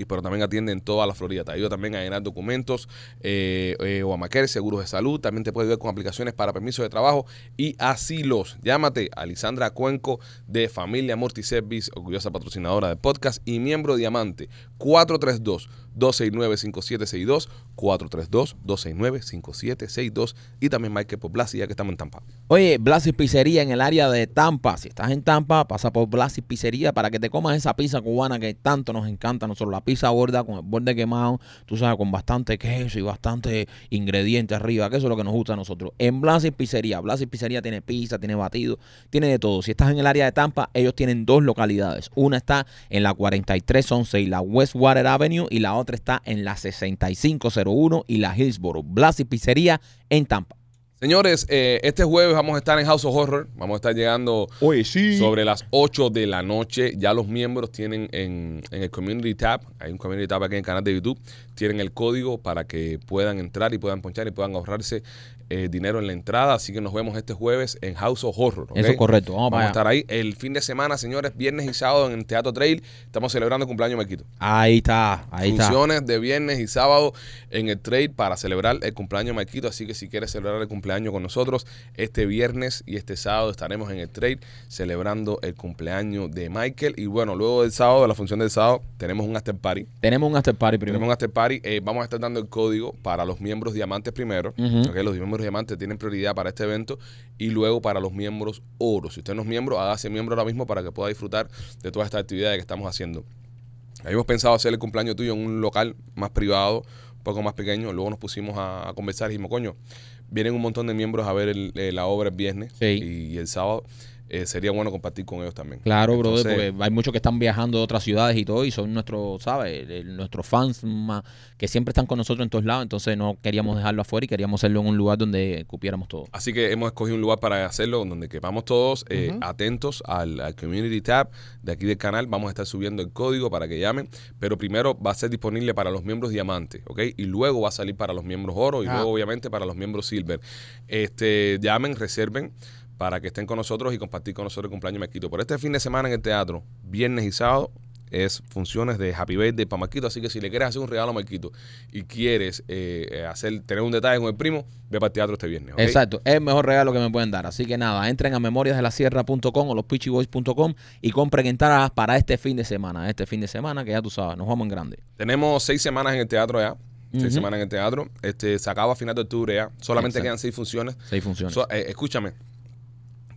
S1: y pero también atiende en toda la Florida. Te ayuda también a llenar documentos eh, eh, o a maquer, seguros de salud. También te puede ayudar con aplicaciones para permisos de trabajo y asilos. Llámate a Lisandra Cuenco de Familia Morty Service, orgullosa patrocinadora del podcast y miembro diamante 432 269-5762, 432-269-5762 y también Michael Poblasi, ya que estamos en Tampa.
S2: Oye, Blasis Pizzería en el área de Tampa. Si estás en Tampa, pasa por Blasis Pizzería para que te comas esa pizza cubana que tanto nos encanta a nosotros. La pizza gorda con el borde quemado, tú sabes, con bastante queso y bastante ingrediente arriba, que eso es lo que nos gusta a nosotros. En Blasis Pizzería, Blasis Pizzería tiene pizza, tiene batido, tiene de todo. Si estás en el área de Tampa, ellos tienen dos localidades. Una está en la 4311 y la Westwater Avenue y la otra está en la 6501 y la Hillsborough. Blasis Pizzería en Tampa.
S1: Señores, eh, este jueves vamos a estar en House of Horror. Vamos a estar llegando
S2: Oye, sí.
S1: Sobre las 8 de la noche, ya los miembros tienen en, en el Community Tab, hay un Community Tab aquí en el canal de YouTube, tienen el código para que puedan entrar y puedan ponchar y puedan ahorrarse eh, dinero en la entrada. Así que nos vemos este jueves en House of Horror. ¿ok?
S2: Eso es correcto. Vamos,
S1: Vamos, a
S2: para allá.
S1: estar ahí el fin de semana, señores, viernes y sábado en el Teatro Trail. Estamos celebrando el cumpleaños de Marquito.
S2: Ahí está, ahí está.
S1: Funciones de viernes y sábado en el trade para celebrar el cumpleaños de Marquito. Así que si quieres celebrar el cumpleaños con nosotros, este viernes y este sábado estaremos en el trade celebrando el cumpleaños de Michael. Y bueno, luego del sábado, de la función del sábado, tenemos un after party.
S2: Tenemos un after party primero.
S1: Tenemos un after party. Eh, vamos a estar dando el código para los miembros diamantes primero.
S2: Ujú.
S1: ok, Los miembros diamantes tienen prioridad para este evento y luego para los miembros oro. Si usted no es miembro, hágase miembro ahora mismo para que pueda disfrutar de todas estas actividades que estamos haciendo. Habíamos pensado hacer el cumpleaños tuyo en un local más privado, un poco más pequeño. Luego nos pusimos a, a conversar y dijimos, coño, vienen un montón de miembros a ver el- eh, la obra el viernes
S2: Sí.
S1: y, el sábado. Eh, sería bueno compartir con ellos también.
S2: Claro, brother,
S1: Entonces,
S2: porque hay muchos que están viajando de otras ciudades y todo, y son nuestros, ¿sabes? El- Nuestros fans más, que siempre están con nosotros en todos lados, entonces no queríamos dejarlo afuera y queríamos hacerlo en un lugar donde cupiéramos todo.
S1: Así que hemos escogido un lugar para hacerlo donde quepamos todos eh, atentos al, al Community Tab de aquí del canal. Vamos a estar subiendo el código para que llamen, pero primero va a ser disponible para los miembros diamante, ¿ok? Y luego va a salir para los miembros oro y
S3: Ah.
S1: luego obviamente para los miembros silver. Este, llamen, reserven para que estén con nosotros y compartir con nosotros el cumpleaños de Maquito. Por este fin de semana en el teatro, viernes y sábado, es funciones de Happy Birthday para Marquito. Así que si le quieres hacer un regalo a Marquito y quieres eh, eh, hacer, tener un detalle con el primo, ve para el teatro este viernes. ¿ok?
S2: Exacto, es el mejor regalo que me pueden dar. Así que nada, entren a memoriasdelasierra.com o lospitchyboys.com y compren entradas para este fin de semana. Este fin de semana, que ya tú sabes, nos vamos en grande.
S1: Tenemos seis semanas en el teatro ya. Seis
S2: Ujú.
S1: semanas en el teatro. Este, se acaba a final de octubre ya. Solamente
S2: Exacto.
S1: quedan seis funciones.
S2: Seis funciones.
S1: So- eh, escúchame.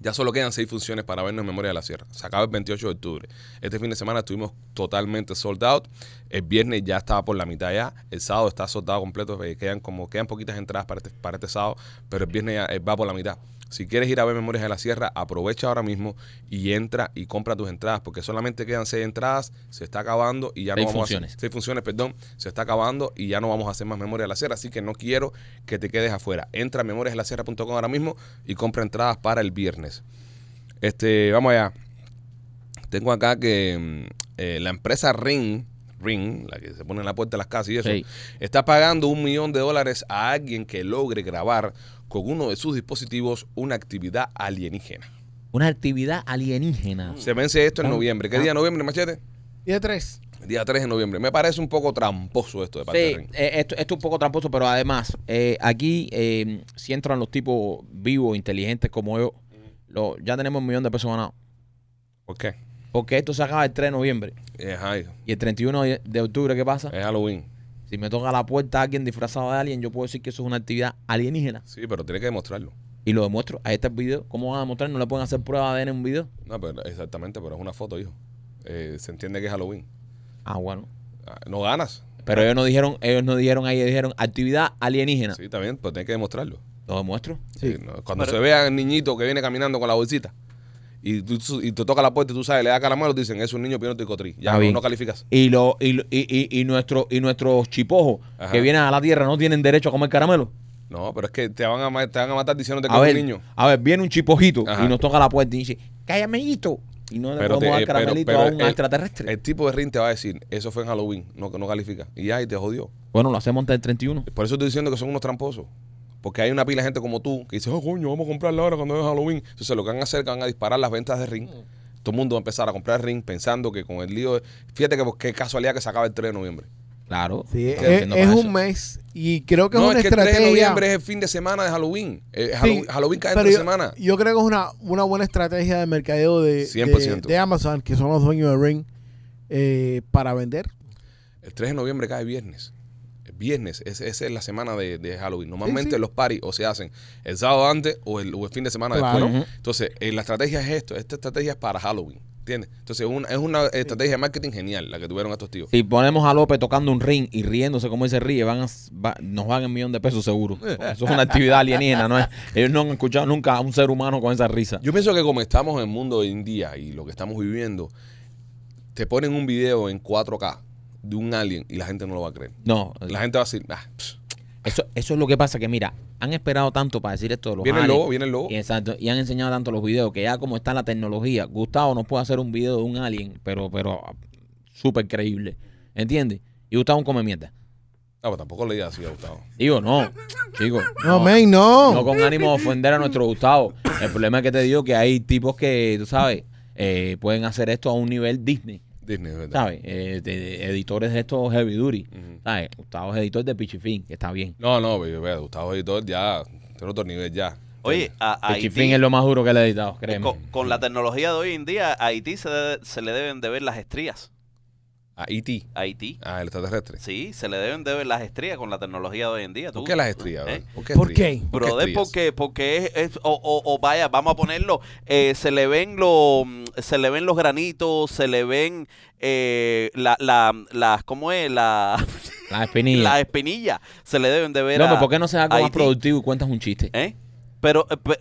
S1: Ya solo quedan seis funciones para vernos en Memoria de la Sierra. Se acaba el 28 de octubre. Este fin de semana estuvimos totalmente sold out. El viernes ya estaba por la mitad ya. El sábado está soldado completo. eh, quedan como quedan poquitas entradas para este, para este sábado, pero el viernes ya eh, va por la mitad. Si quieres ir a ver Memorias de la Sierra, aprovecha ahora mismo y entra y compra tus entradas, porque solamente quedan seis entradas, se está acabando y ya
S2: Seis
S1: no vamos
S2: funciones.
S1: a hacer. Seis funciones, perdón, se está acabando y ya no vamos a hacer más Memorias de la Sierra, así que no quiero que te quedes afuera. Entra a memoriasdelasierra.com ahora mismo y compra entradas para el viernes. Este, vamos allá. Tengo acá que mm, eh, la empresa Ring, Ring, la que se pone en la puerta de las casas y eso,
S2: Sí.
S1: está pagando un millón de dólares a alguien que logre grabar con uno de sus dispositivos una actividad alienígena.
S2: Una actividad alienígena.
S1: Se vence esto en
S2: Ah,
S1: noviembre. ¿Qué
S2: ah.
S1: día de noviembre, Machete?
S3: Día 3.
S1: Día 3 de noviembre. Me parece un poco tramposo esto de parte de
S2: Sí,
S1: Ring.
S2: eh, esto, esto es un poco tramposo, pero además, eh, aquí eh, si entran los tipos vivos, inteligentes como yo, lo- ya tenemos un millón de pesos ganados.
S1: ¿Por qué?
S2: Porque esto se acaba el 3 de noviembre.
S1: Es, ay,
S2: Y el 31 de de octubre, ¿qué pasa?
S1: es Halloween.
S2: Si me toca a la puerta alguien disfrazado de alguien, yo puedo decir que eso es una actividad alienígena.
S1: Sí, pero tiene que demostrarlo.
S2: Y lo demuestro. Ahí está el video. ¿Cómo van a demostrar? No le pueden hacer prueba de ADN en un video.
S1: No, pero exactamente, pero es una foto, hijo. Eh, se entiende que es Halloween.
S2: Ah, bueno.
S1: Ah, No ganas.
S2: Pero ellos no dijeron, ellos no dijeron ahí, ellos dijeron actividad alienígena.
S1: Sí, también, pero tiene que demostrarlo.
S2: Lo demuestro.
S1: Sí, no, Cuando
S4: Pero-
S1: se vea el niñito que viene caminando con la bolsita y, tú, y te toca la puerta y tú sabes, le das la mano, te dicen, es un niño piloto tricotri. Ya
S2: Está
S1: no,
S2: bien.
S1: no calificas.
S2: Y lo, y, lo- y, y, y nuestro, y nuestros chipojos
S1: Ajá.
S2: que vienen a la tierra no tienen derecho a comer caramelo.
S1: No, pero es que te van a, ma- te van a matar diciéndote que
S2: A
S1: es
S2: ver,
S1: un niño.
S2: a ver, viene un chipojito
S1: Ajá.
S2: y nos toca la puerta y dice, cállameito. Y no le
S1: Pero te-
S2: podemos
S1: eh,
S2: dar
S1: pero-
S2: caramelito
S1: pero
S2: a un
S1: el-
S2: extraterrestre.
S1: El tipo de ring te va a decir, eso fue en Halloween, no, no califica. Y ya, y te jodió.
S2: bueno, lo hacemos antes del 31.
S1: Por eso estoy diciendo que son unos tramposos. Porque hay una pila de gente como tú que dice, oh, coño, vamos a comprarla ahora cuando es Halloween. Entonces lo que van a hacer es que van a disparar las ventas de ring. Todo el mundo va a empezar a comprar ring pensando que con el lío... de- Fíjate que pues, qué casualidad que se acaba el 3 de noviembre.
S2: Claro.
S3: es,
S2: están haciendo
S3: es
S2: para
S3: un
S2: eso.
S3: mes y creo que
S1: no,
S3: es una
S1: es que
S3: estrategia.
S1: el 3 de noviembre es el fin de semana de Halloween. Eh, Halloween,
S3: Sí,
S1: Halloween cae
S3: pero
S1: entre
S3: yo,
S1: semana.
S3: Yo creo que es una, una buena estrategia de mercadeo de,
S1: 100%.
S3: de, de Amazon, que son los dueños de Ring, eh, para vender.
S1: El 3 de noviembre cae viernes. El Viernes, es- esa es la semana de, de Halloween. Normalmente
S3: sí.
S1: los parties o se hacen el sábado antes o el, o el fin de semana
S3: Claro.
S1: después.
S2: Ujú.
S1: Entonces, eh, la estrategia es esto. Esta estrategia es para Halloween. ¿Entiendes? Entonces, una- es una estrategia de marketing genial la que tuvieron estos tíos.
S2: Si ponemos a López tocando un ring y riéndose como él se ríe, van a, va- nos van un millón de pesos
S3: <laughs>
S2: seguro. Eso es una actividad alienígena, ¿no? es- Ellos no han escuchado nunca a un ser humano con esa risa.
S1: Yo pienso que como estamos en el mundo hoy en día y lo que estamos viviendo, te ponen un video en 4K de un alien y la gente no lo va a creer.
S2: No,
S1: La gente va a decir, ah, pss,
S2: eso, eso es lo que pasa, que mira, han esperado tanto para decir esto de los
S1: viene el
S2: aliens.
S1: lobo, viene el lobo.
S2: Y Exacto, y han enseñado tanto los videos que ya como está la tecnología, Gustavo nos puede hacer un video de un alien, pero pero ah, súper creíble, ¿entiendes? Y Gustavo un come mierda.
S1: Ah, pues tampoco le digas así a Gustavo.
S2: Digo, no, chico.
S3: No, men, no.
S2: No con ánimo de ofender a nuestro Gustavo. El problema es que te digo que hay tipos que, tú sabes, eh, pueden hacer esto a un nivel Disney,
S1: Disney, es ¿verdad?
S2: ¿sabes? Eh, de- de editores de estos heavy duty,
S1: Ujú.
S2: ¿sabes? Gustavo es editor de Pichifín, que está bien.
S1: No, pues, no, baby, vea, Gustavo Editor ya, en otro nivel ya.
S4: Oye, a Haití, eh,
S2: Pichifín es lo más duro que le he editado, créeme.
S4: con, con la tecnología de hoy en día, a Haití se, debe- se le deben de ver las estrías.
S1: A E.T.,
S4: A Haití.
S1: a el extraterrestre.
S4: Sí, se le deben de ver las estrías con la tecnología de hoy en día.
S1: ¿Por
S4: tú.
S1: qué las estrías?
S4: ¿Eh?
S1: bro? ¿Por qué?
S3: ¿Por
S1: estrías?
S3: qué?
S1: ¿Por
S4: Brother,
S1: estrías?
S4: porque, porque es, es- o, o- o vaya, vamos a ponerlo, eh, se le ven los se le ven los granitos, se le ven eh, la, la, las, ¿cómo es? La,
S2: La espinilla.
S4: las espinillas, se le deben de ver
S2: No,
S4: a-
S2: pero ¿por qué no se algo más
S4: Haití.
S2: productivo y cuentas un chiste?
S4: ¿Eh? Pero, eh, pe-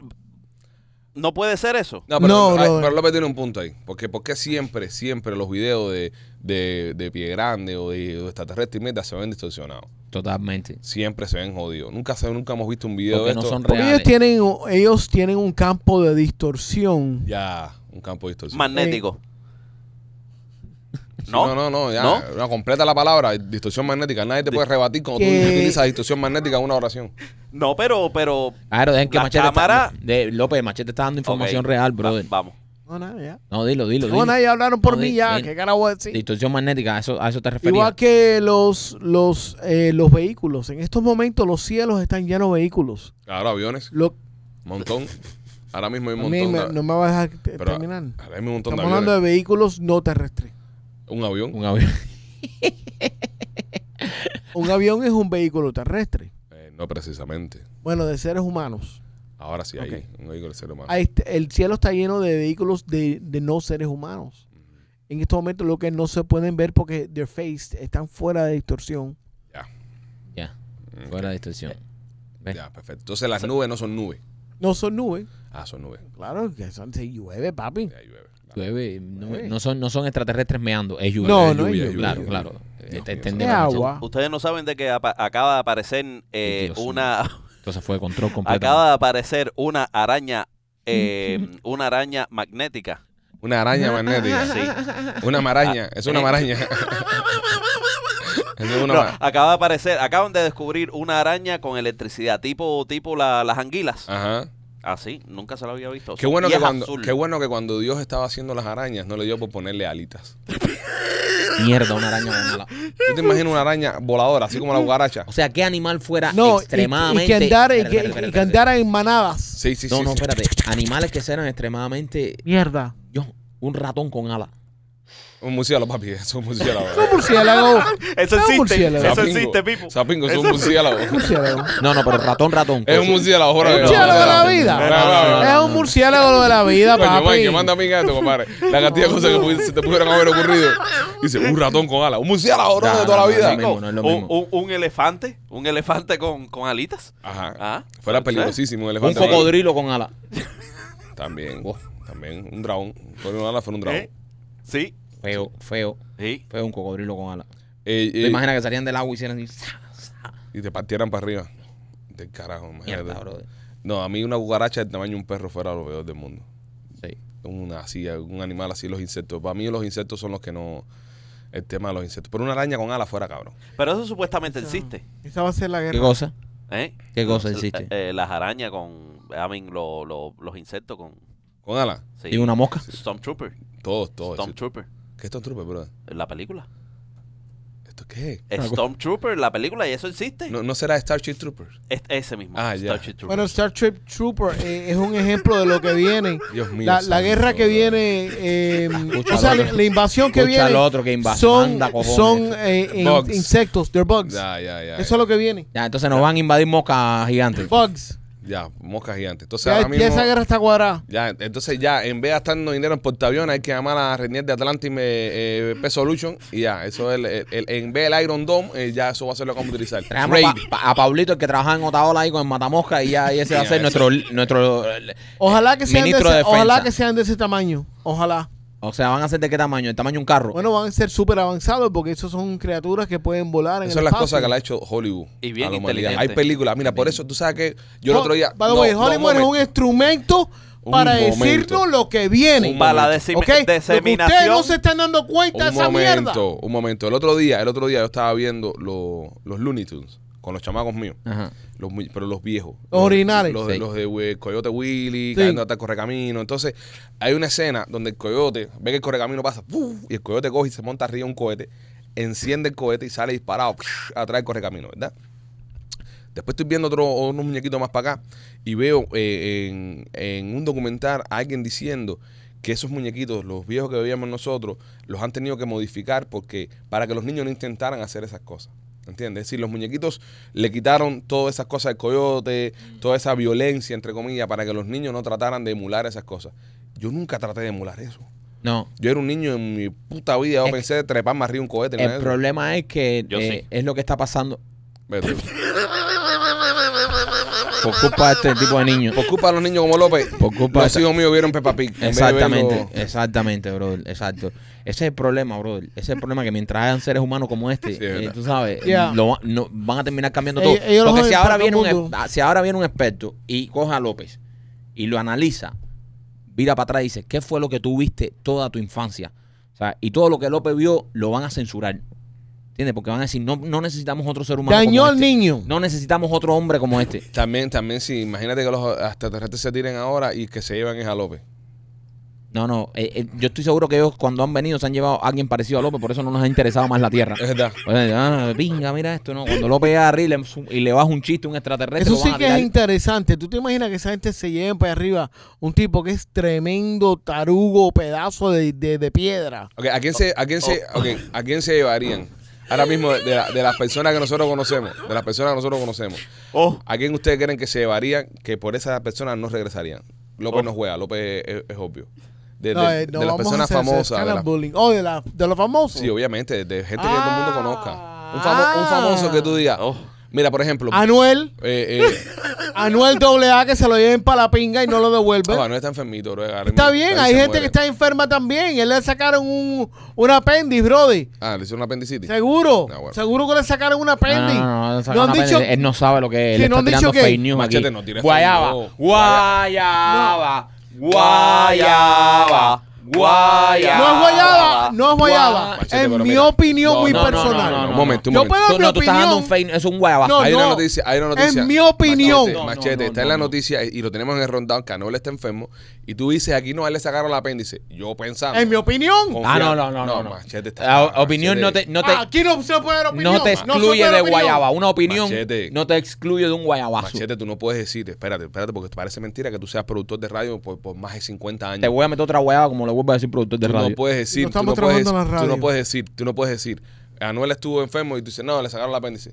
S4: no puede ser eso.
S1: No, pero,
S3: No,
S1: ay,
S3: brother.
S1: pero López tiene un punto ahí. Porque, porque siempre, siempre los videos de, de, de Pie Grande o de, o de extraterrestre y mierda se ven distorsionados.
S2: Totalmente.
S1: Siempre se ven jodidos. Nunca, se, nunca hemos visto un video
S2: Porque
S1: de
S2: no
S1: esto.
S2: son
S3: Porque ellos
S2: reales.
S3: tienen, ellos tienen un campo de distorsión.
S1: Ya, un campo de distorsión.
S4: Magnético.
S1: Sí,
S4: ¿No?
S1: no, no, no, ya.
S4: ¿No?
S1: no, completa la palabra, distorsión magnética. Nadie te puede rebatir cuando tú
S3: ¿Qué?
S1: utilizas distorsión magnética en una oración.
S4: No, pero, pero...
S2: Claro, dejen que
S4: La
S2: Machete
S4: cámara-
S2: está, de, López, Machete está dando información
S4: Ok,
S2: real,
S4: va-
S2: brother.
S4: vamos.
S3: No, nada, ya.
S2: No, dilo, dilo, dilo.
S3: No, nada, ya hablaron por
S2: No,
S3: mí
S2: di-
S3: ya.
S2: di-
S3: ¿Qué cara voy a decir?
S2: Distorsión magnética, a eso, a eso te refería.
S3: Igual que los, los, eh, los vehículos. En estos momentos los cielos están llenos de vehículos.
S1: Claro, aviones,
S3: Lo,
S1: montón. Ahora mismo hay
S3: a
S1: un
S3: mí
S1: montón.
S3: me-
S1: de-
S3: no me vas a dejar te-
S1: pero
S3: terminar.
S1: ahora hay un montón
S3: eh, Estamos
S1: de
S3: hablando
S1: aviones.
S3: de vehículos no terrestres.
S1: Un avión.
S2: Un avión. <laughs>
S3: Un avión es un vehículo terrestre.
S1: Eh, no precisamente.
S3: Bueno, de seres humanos.
S1: Ahora sí hay
S3: Ok.
S1: un vehículo de ser humano.
S3: Ahí está- El cielo está lleno de vehículos de, de no seres humanos. En estos momentos lo que no se pueden ver porque their face están fuera de distorsión.
S2: Ya, fuera de distorsión.
S4: Mm,
S1: Ya, perfecto. Entonces las nubes no son nubes.
S3: No son nubes.
S1: Ah, son nubes.
S3: Claro, que son, se llueve, papi.
S1: Ya llueve. Vale.
S2: Llueve, no,
S3: Llueve.
S2: no son, no son extraterrestres meando, es lluvia.
S3: No,
S1: es
S3: no es
S1: lluvia,
S3: lluvia.
S2: claro,
S1: lluvia.
S2: claro. Eh, te-
S1: es
S2: entendeme,
S3: Es
S2: Machado.
S3: agua.
S4: Ustedes no saben de que apa- acaba de aparecer eh,
S2: Dios mío.
S4: <laughs> una
S2: Entonces fue de control completo.
S4: acaba de aparecer una araña
S2: <laughs>
S4: eh, una araña magnética.
S1: Una araña magnética.
S4: <laughs> Sí.
S1: Una maraña. Es una
S4: eh.
S1: maraña. Es una
S4: No,
S1: ma-
S4: acaba de aparecer, acaban de descubrir una araña con electricidad, tipo tipo la- las anguilas.
S1: Ajá.
S4: Así, nunca se lo había visto.
S1: Ah. Qué bueno,
S4: Y
S1: que
S4: es
S1: cuando,
S4: azul.
S1: qué bueno que cuando Dios estaba haciendo las arañas no le dio por ponerle alitas.
S2: Mierda, una araña mala.
S1: ¿Tú te imaginas una araña voladora, así como la cucaracha?
S2: O sea, ¿qué animal fuera
S3: No, y-
S2: extremadamente.
S3: y, que andara, y
S2: Espérate,
S3: que,
S2: espérate,
S3: y que
S2: espérate.
S3: andara en manadas.
S1: Sí, sí, sí.
S2: No, no,
S1: sí.
S2: espérate. Animales que sean extremadamente.
S3: Mierda.
S2: Yo, un ratón con ala.
S1: Un murciélago, papi. Es un murciélago.
S3: Un murciélago.
S4: Eso
S2: Ah,
S3: No,
S4: existe,
S3: murciélago.
S4: eso
S1: Sapingo.
S4: existe, Pipo.
S1: Sapingo es un
S4: Eso-
S1: murciélago.
S3: Un <laughs> murciélago.
S2: No, no, pero ratón, ratón.
S1: Es un murciélago, joder.
S3: Un murciélago de la vida.
S1: No, no, no, no.
S3: Es un murciélago lo de la vida,
S1: Coño,
S3: papi.
S1: man, que manda a mi gato, compadre. La cantidad de cosas que pudi- se te pudieran haber ocurrido. Dice, un ratón con alas. Un murciélago, bro,
S2: No,
S1: de
S2: no,
S1: toda la
S2: no,
S1: vida.
S2: no, no. mismo, es lo
S4: Un-
S2: mismo.
S4: Un, un elefante, un elefante con, con alitas.
S1: Ajá.
S4: Ah,
S1: Fuera
S4: ¿sabes?
S1: peligrosísimo el
S2: Un
S1: elefante.
S2: cocodrilo con ala.
S1: También. También. Un dragón. Con una ala fuera un dragón.
S4: ¿Eh? Sí,
S2: Feo, feo,
S4: sí.
S2: feo un cocodrilo con ala.
S1: Eh, eh,
S2: ¿Te imaginas que salían del agua y hicieran así? sa, sa?
S1: y te partieran para arriba. Del carajo, imagínate.
S2: Mierda, brother.
S1: No, a mí una cucaracha del tamaño de un perro fuera lo peor del mundo.
S2: Sí.
S1: Una así, un animal así, los insectos. Para mí los insectos son los que no... El tema de los insectos. Pero una araña con alas fuera, cabrón.
S4: Pero eso supuestamente existe.
S3: Esa va a ser la
S2: ¿Qué
S3: guerra.
S2: cosa?
S4: ¿eh?
S2: ¿Qué cosa
S4: L-
S2: existe?
S4: eh, las arañas con, I mean, lo- lo- los insectos con...
S1: Con alas.
S4: Sí.
S2: ¿Y una mosca?
S4: Stormtrooper.
S1: Todos, todos.
S4: Stormtrooper.
S1: ¿Qué es Stormtrooper, bro?
S4: La película.
S1: ¿Esto qué es?
S2: cosa.
S4: Stormtrooper, la película, y eso existe.
S1: Ah, ¿No, no será Starship Troopers?
S4: Es- ese mismo.
S1: Ah, ya.
S4: Starship Troopers.
S3: Bueno, Star Trek Trooper eh, es un ejemplo de lo que viene.
S1: Dios mío.
S3: La, la
S1: santo,
S3: guerra que
S1: bro.
S3: viene, eh,
S2: Escucha
S3: o sea,
S2: al
S3: la,
S2: otro.
S3: la invasión que
S2: Escucha al
S3: viene
S2: otro que invas-
S3: son,
S2: manda cojones.
S3: son eh, in-
S1: Bugs.
S3: insectos, they're bugs.
S1: Ya, ya, ya.
S3: Eso es lo que viene.
S2: Ya, entonces nos van a invadir moscas gigantes.
S3: Bugs.
S1: Ya, mosca gigante. Entonces,
S3: ya,
S1: ahora
S3: ya
S1: mismo...
S3: esa guerra está cuadrada.
S1: Ya, entonces ya, en vez de gastando dinero en portaaviones, hay que llamar a Renier de Atlantic eh, eh, P Solution y ya, eso es, el, el- el- en vez del Iron Dome, eh, ya eso va a ser lo que vamos a utilizar.
S2: Traemos
S1: Raid.
S2: pa- pa- a Pablito, el que trabajaba en Otaola ahí con el Matamosca, y ya y ese va a ser nuestro, nuestro.
S3: Ojalá que sean de
S2: Ministro de
S3: ese,
S2: Defensa.
S3: ojalá que sean de ese tamaño. Ojalá.
S2: O sea, ¿van a ser de qué tamaño? ¿El tamaño de un carro?
S3: Bueno, van a ser súper avanzados porque esos son criaturas que pueden volar en
S1: Esas
S3: el
S1: son las
S3: espacio.
S1: cosas que le ha hecho Hollywood.
S4: Y bien
S1: a la humanidad.
S4: inteligente.
S1: Hay películas, mira, por eso tú sabes que yo el otro día.
S3: By the
S1: no,
S3: way,
S1: no,
S3: Hollywood es
S1: momento.
S3: un instrumento
S1: Un
S3: para
S1: momento.
S3: decirnos lo que viene.
S1: Un
S4: Para la
S1: momento.
S4: desime-
S3: ¿ok? Lo que
S4: diseminación.
S3: ustedes no se están dando cuenta de
S1: Un
S3: esa mierda.
S1: momento, un momento. El otro día, el otro día yo estaba viendo los- los Looney Tunes con los chamacos míos.
S2: Ajá.
S1: Los muy- pero los viejos.
S3: Los originales.
S1: Los, de-
S2: Sí.
S1: los de we- Coyote Willy,
S3: Sí.
S1: cayendo hasta el correcamino. Entonces, hay una escena donde el coyote ve que el correcamino pasa ¡puf! y el coyote coge y se monta arriba de un cohete, enciende el cohete y sale disparado ¡psh! atrás del correcamino, ¿verdad? Después estoy viendo otro, unos muñequitos más para acá y veo eh, en, en un documental a alguien diciendo que esos muñequitos, los viejos que veíamos nosotros, los han tenido que modificar porque para que los niños no intentaran hacer esas cosas. ¿Entiendes? Es decir, los muñequitos le quitaron todas esas cosas del coyote,
S2: Mm.
S1: toda esa violencia, entre comillas, para que los niños no trataran de emular esas cosas. Yo nunca traté de emular eso.
S2: No.
S1: Yo era un niño en mi puta vida, yo
S2: Es
S1: pensé treparme arriba de un cohete. ni
S2: El
S1: nada de eso.
S2: problema es que
S4: Yo
S2: eh,
S4: sí.
S2: es lo que está pasando
S1: Vete.
S2: por culpa de este tipo de niños.
S1: Por culpa de los niños como López,
S2: Por culpa
S1: los
S2: de-
S1: hijos míos vieron Peppa Pig. en vez de
S2: Exactamente, Eh.
S1: verlo-
S2: exactamente, brother. Exacto. Ese es el problema, brother. Ese es el problema que mientras hayan seres humanos como este,
S1: Sí, es
S2: eh,
S1: verdad.
S2: tú sabes,
S3: Yeah.
S2: lo va- no- van a terminar cambiando
S3: Ellos-
S2: todo.
S3: ellos los
S2: Porque si
S3: joden
S2: ahora,
S3: para
S2: viene
S3: todo
S2: un,
S3: el
S2: ex-
S3: mundo.
S2: ah, si ahora viene un experto y coja a López y lo analiza, vira para atrás y dice, ¿qué fue lo que tú viste toda tu infancia? O sea, y todo lo que López vio lo van a censurar. ¿Entiendes? Porque van a decir, no, no necesitamos otro ser humano.
S3: Dañó
S2: como
S3: al
S2: este.
S3: niño.
S2: No necesitamos otro hombre como este.
S1: También, también, sí, imagínate que los extraterrestres se tiren ahora y que se llevan es a López.
S2: No, no, eh, eh, yo estoy seguro que ellos cuando han venido se han llevado a alguien parecido a López, por eso no nos ha interesado más
S1: <laughs>
S2: la Tierra.
S1: Es verdad.
S2: O sea, ah, pinga, mira esto, ¿no? Cuando López llega arriba y le, su- y le baja un chiste a un extraterrestre,
S3: Eso
S2: lo
S3: sí
S2: van a
S3: que es
S2: tirar.
S3: interesante. ¿Tú te imaginas que esa gente se lleven para arriba un tipo que es tremendo tarugo, pedazo de, de- de piedra?
S1: Ok, ¿a quién se, a quién se, ok, ¿a quién se llevarían? Ahora mismo, de, la- de las personas que nosotros conocemos, de las personas que nosotros conocemos,
S4: Oh,
S1: ¿a quién ustedes creen que se llevarían que por esas personas no regresarían? López no juega, López es, es obvio. De,
S3: No,
S1: de-
S3: eh, no
S1: de las
S3: vamos a
S1: personas
S3: hacer- hacer
S1: famosas. de las-
S3: cyberbullying. Oh, de, la, de los famosos.
S1: sí, obviamente, de gente que todo el mundo conozca. Un, famo-
S3: Ah.
S1: un famoso que tú digas,
S4: oh.
S1: Mira, por ejemplo.
S3: Anuel,
S1: eh, eh,
S3: <laughs> Anuel AA que se lo lleven para la pinga y no lo devuelven.
S1: ah, no está enfermito, bro. ahora mismo
S3: Está
S1: ahí
S3: bien,
S1: se
S3: hay gente
S1: muere.
S3: que está enferma también. Él le sacaron un, un apéndice, brody.
S1: Ah, le hicieron una apendicitis.
S3: Seguro,
S1: Ah, bueno.
S3: seguro que le sacaron un
S2: No,
S3: apéndice.
S2: no, Ah, no, no, no,
S3: No han
S2: no, no,
S3: dicho-
S2: Él él no sabe lo que es.
S3: Sí,
S2: Él está
S3: no han dicho
S2: tirando
S3: que-
S2: fake news
S1: Machete,
S2: aquí.
S1: no tires fake
S2: guayaba,
S1: news.
S2: guayaba, guayaba, guayaba.
S3: No es guayaba, no es guayaba.
S2: Guay-
S1: Ah, Machete,
S3: En
S1: pero
S3: mi
S1: mira.
S3: opinión
S1: No,
S3: muy
S1: no, no, no,
S3: personal.
S1: no, no. Un momento, un
S3: Yo
S1: momento.
S3: puedo dar
S2: Tú,
S3: mi
S2: no, tú estás dando un
S3: opinión.
S2: fake news, es un guayaba.
S3: No,
S1: hay
S3: no.
S1: una noticia, hay una noticia.
S3: Es mi opinión.
S1: Machete,
S2: No, no,
S1: machete,
S2: no,
S1: está
S2: no,
S1: en la
S2: no.
S1: noticia y lo tenemos en el rundown que Anuel está enfermo y tú dices aquí no, a él le sacaron el apéndice. Yo pensando.
S3: En mi opinión.
S1: confía-
S2: Ah, no, no, no, no, no.
S1: Machete
S2: Ah,
S1: está.
S2: opinión no te, no te,
S3: Aquí no se puede dar opinión.
S2: no te
S3: se
S2: excluye
S3: puede
S2: de
S3: dar opinión.
S2: guayaba. Una opinión
S1: Machete.
S2: no te excluye de un guayabazo.
S1: Machete, tú no puedes decir, espérate, espérate, porque te parece mentira que tú seas productor de radio por, por más de 50 años.
S2: Te voy a meter otra guayaba como le vuelvo a decir productor de
S1: tú
S2: radio.
S1: no puedes decir,
S3: No
S1: tú, no
S3: estamos
S1: puedes,
S3: trabajando en la
S1: tú no
S3: radio.
S1: puedes decir, tú no puedes decir, Anuel estuvo enfermo y tú dices, no, le sacaron el apéndice.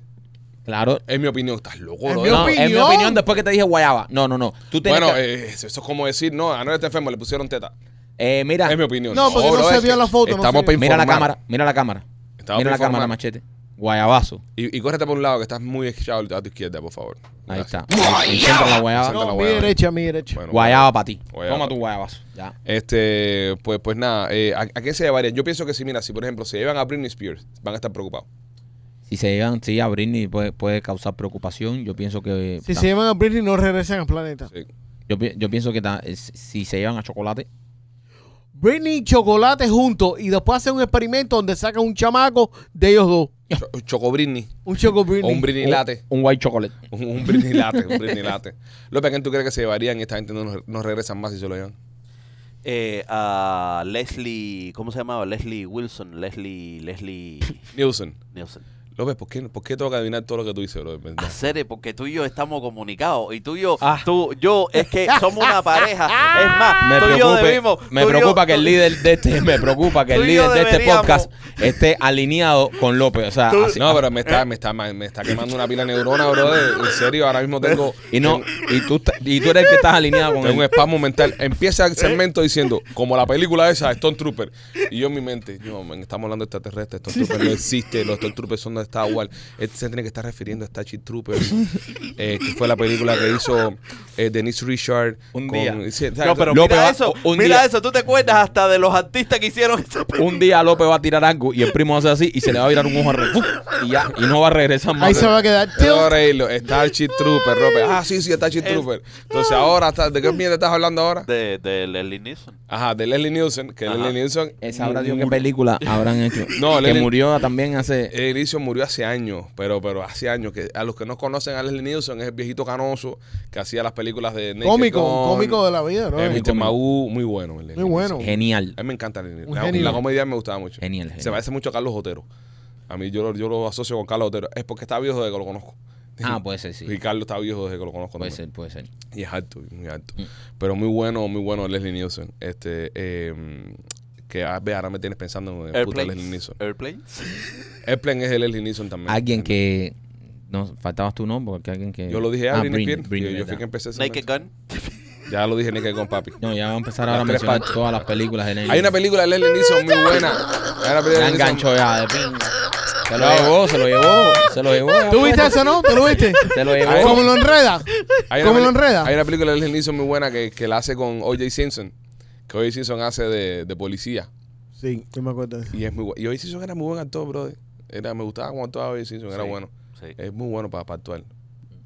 S2: Claro.
S1: Es mi opinión, estás loco,
S3: Es
S1: bro.
S3: mi
S2: No, es mi
S3: opinión.
S2: opinión después que te dije guayaba. No, no, no. Tú tienes
S1: Bueno,
S2: que-
S1: eh, eso es como decir, no, Anuel está enfermo, le pusieron teta.
S2: eh, mira,
S1: Es mi opinión.
S3: No, porque no
S1: bro,
S3: se
S1: es
S3: vio
S1: que
S3: la foto, no
S1: Estamos
S3: se
S1: para
S3: vio.
S2: mira la
S1: informar.
S2: cámara, mira la cámara.
S1: Estamos
S2: mira la
S1: para
S2: cámara,
S1: informar.
S2: machete. Guayabazo.
S1: Y, y córrete por un lado que estás muy echado a tu izquierda, por favor.
S2: Ahí
S1: Gracias.
S2: está. Encuentra la guayaba.
S1: Santa la
S3: No, mi
S1: guayaba.
S3: derecha, mi derecha.
S1: Bueno,
S2: Guayaba para ti.
S1: Guayaba
S2: Toma
S1: pa'
S2: tu
S1: ti.
S2: guayabazo. Ya.
S1: Este, pues, pues nada, eh, ¿a, a qué se llevarían? Yo pienso que si, mira, si por ejemplo se llevan a Britney Spears, van a estar preocupados.
S2: Si se llegan, sí, a Britney puede, puede causar preocupación. Yo pienso que.
S3: Si
S2: tam-
S3: se llaman a Britney, no regresan al planeta.
S1: Sí.
S2: yo, pi- yo pienso que ta- eh, si- si se llevan a chocolate.
S3: Britney y Chocolate juntos y después hacen un experimento donde sacan un chamaco de ellos dos.
S1: Cho- Choco Britney,
S3: Un Choco
S1: o
S3: Britney.
S1: un Britney
S2: un-
S1: Latte.
S2: Un white chocolate.
S1: Un, un Britney Latte, un Britney Latte. López, ¿a quién tú crees que se llevarían y esta gente no, no regresan más si se lo llevan?
S4: Eh, a Leslie, ¿cómo se llamaba? Leslie Wilson, Leslie, Leslie
S1: Nielsen.
S4: Nielsen.
S1: López, ¿por qué, ¿por qué tengo que adivinar todo lo que tú dices, bro? ¿Verdad?
S4: Hacer, porque tú y yo estamos comunicados. Y tú y yo,
S2: Ah.
S4: tú, yo, es que
S2: <laughs>
S4: somos una pareja. Es más,
S2: Me
S4: tú y yo
S2: preocupa,
S4: debimos.
S2: me
S4: tú y yo-
S2: preocupa que
S4: tú-
S2: el líder de este, me preocupa que
S4: tú
S2: el
S4: y yo
S2: líder de este
S4: deberíamos-
S2: podcast esté alineado con López. O sea, así-
S1: No, pero me está, me está, me está quemando una pila de neurona, bro. En serio, ahora mismo tengo,
S2: y no, y tú, estás- y tú eres el que estás alineado con
S1: tengo un
S2: él.
S1: espasmo mental. Empieza
S4: ¿Eh?
S1: el segmento diciendo, como la película esa, Stone Trooper. Y yo en mi mente, no, men, estamos hablando de extraterrestres, Stone Trooper no existe, los Stone Troopers son de Star Wars. Este se tiene que estar refiriendo a Starship Troopers, eh, que fue la película que hizo eh, Denise Richard.
S2: Un
S1: con-
S2: día.
S1: Sí, o sea,
S4: No, pero
S2: López
S4: mira
S2: va-
S4: eso,
S2: un
S4: mira
S2: día-
S4: eso, tú te acuerdas hasta de los artistas que hicieron esa película.
S2: Un día López va a tirar algo y el primo hace así y se le va a virar un ojo al ¡puf! y ya, y no va a regresar más.
S3: Ahí se va a quedar.
S1: Tengo
S3: tilt.
S1: que reírlo. Starship Trooper, Robert. Ah, sí, sí, Starship Trooper. Entonces, ahora, está- ¿de qué mierda estás hablando
S2: Uh.
S1: ahora?
S4: De, de Leslie Nielsen.
S1: Ajá, de Leslie Nielsen, que
S4: Ajá.
S1: Leslie Nielsen.
S2: Esa habrá
S1: mu-
S2: Dios qué
S1: mu-
S2: película habrán hecho.
S1: No,
S2: que
S1: Lenin-
S2: murió también hace.
S1: Leslie Nielsen murió hace años, pero pero hace años. que A los que no conocen a Leslie Nielsen es el viejito canoso que hacía las películas de Naked
S3: Cómico,
S1: Gun,
S3: un cómico de la vida, ¿no?
S1: eh, Mr.
S2: Cómico.
S1: Magoo, muy bueno. Leslie
S3: Muy bueno.
S1: Nielsen.
S2: Genial.
S1: A mí me encanta Leslie
S3: Un
S1: Nielsen.
S3: genio.
S1: La, la comedia me gustaba mucho.
S2: Genial,
S1: Se
S2: genial.
S1: parece mucho a Carlos Otero. A mí yo, lo- yo lo asocio con Carlos Otero. Es porque está viejo desde que lo conozco.
S2: Ah, puede ser, sí.
S1: Y Carlos está viejo desde que lo conozco.
S2: Puede
S1: también.
S2: ser, puede ser.
S1: Y es alto, muy alto.
S2: Mm.
S1: Pero muy bueno, muy bueno Leslie Nielsen. Este, eh, que ah, ve, ahora me tienes pensando en el puto Leslie
S4: Airplanes.
S1: Nielsen.
S4: Airplanes.
S1: Airplane es el Leslie Nielsen también.
S2: Alguien que. No, faltabas tu nombre porque alguien que.
S1: Yo lo dije a
S2: Ah,
S1: Britney
S2: Britney,
S1: Spears.
S2: Britney,
S1: Yo, yo fui
S2: ¿verdad?
S1: que empecé ese
S4: Naked
S1: momento.
S4: Gun.
S1: Ya lo dije Naked con papi.
S2: No, ya va a empezar
S1: Las
S2: ahora a
S1: tres
S2: mencionar
S1: partes.
S2: todas las películas de Nelly.
S1: Hay una película de Leslie Nielsen muy
S2: <laughs>
S1: buena. Hay una película de
S2: Se
S1: Leslie Nielsen-
S2: enganchó ya de pinga. Se lo
S1: No.
S2: llevó, se lo llevó, se lo llevó. ya,
S3: ¿Tú viste
S2: pues.
S3: eso, no? ¿Tú lo
S1: <laughs>
S3: viste?
S2: Se lo llevó.
S3: ¿Cómo lo enreda?
S1: Hay una
S3: ¿Cómo lo
S1: peli-
S3: enreda?
S1: Hay una película de Leslie Nielsen muy buena que, que la hace con O.J. Simpson. Que O.J. Simpson hace de, de policía.
S3: Sí, yo me acuerdo de eso.
S1: Y es muy bueno. Y O.J. Simpson era muy buen actor, brother. Era, me gustaba como actuaba O.J. Simpson. Era
S4: Sí.
S1: bueno.
S4: Sí.
S1: Es muy bueno para, para actuar.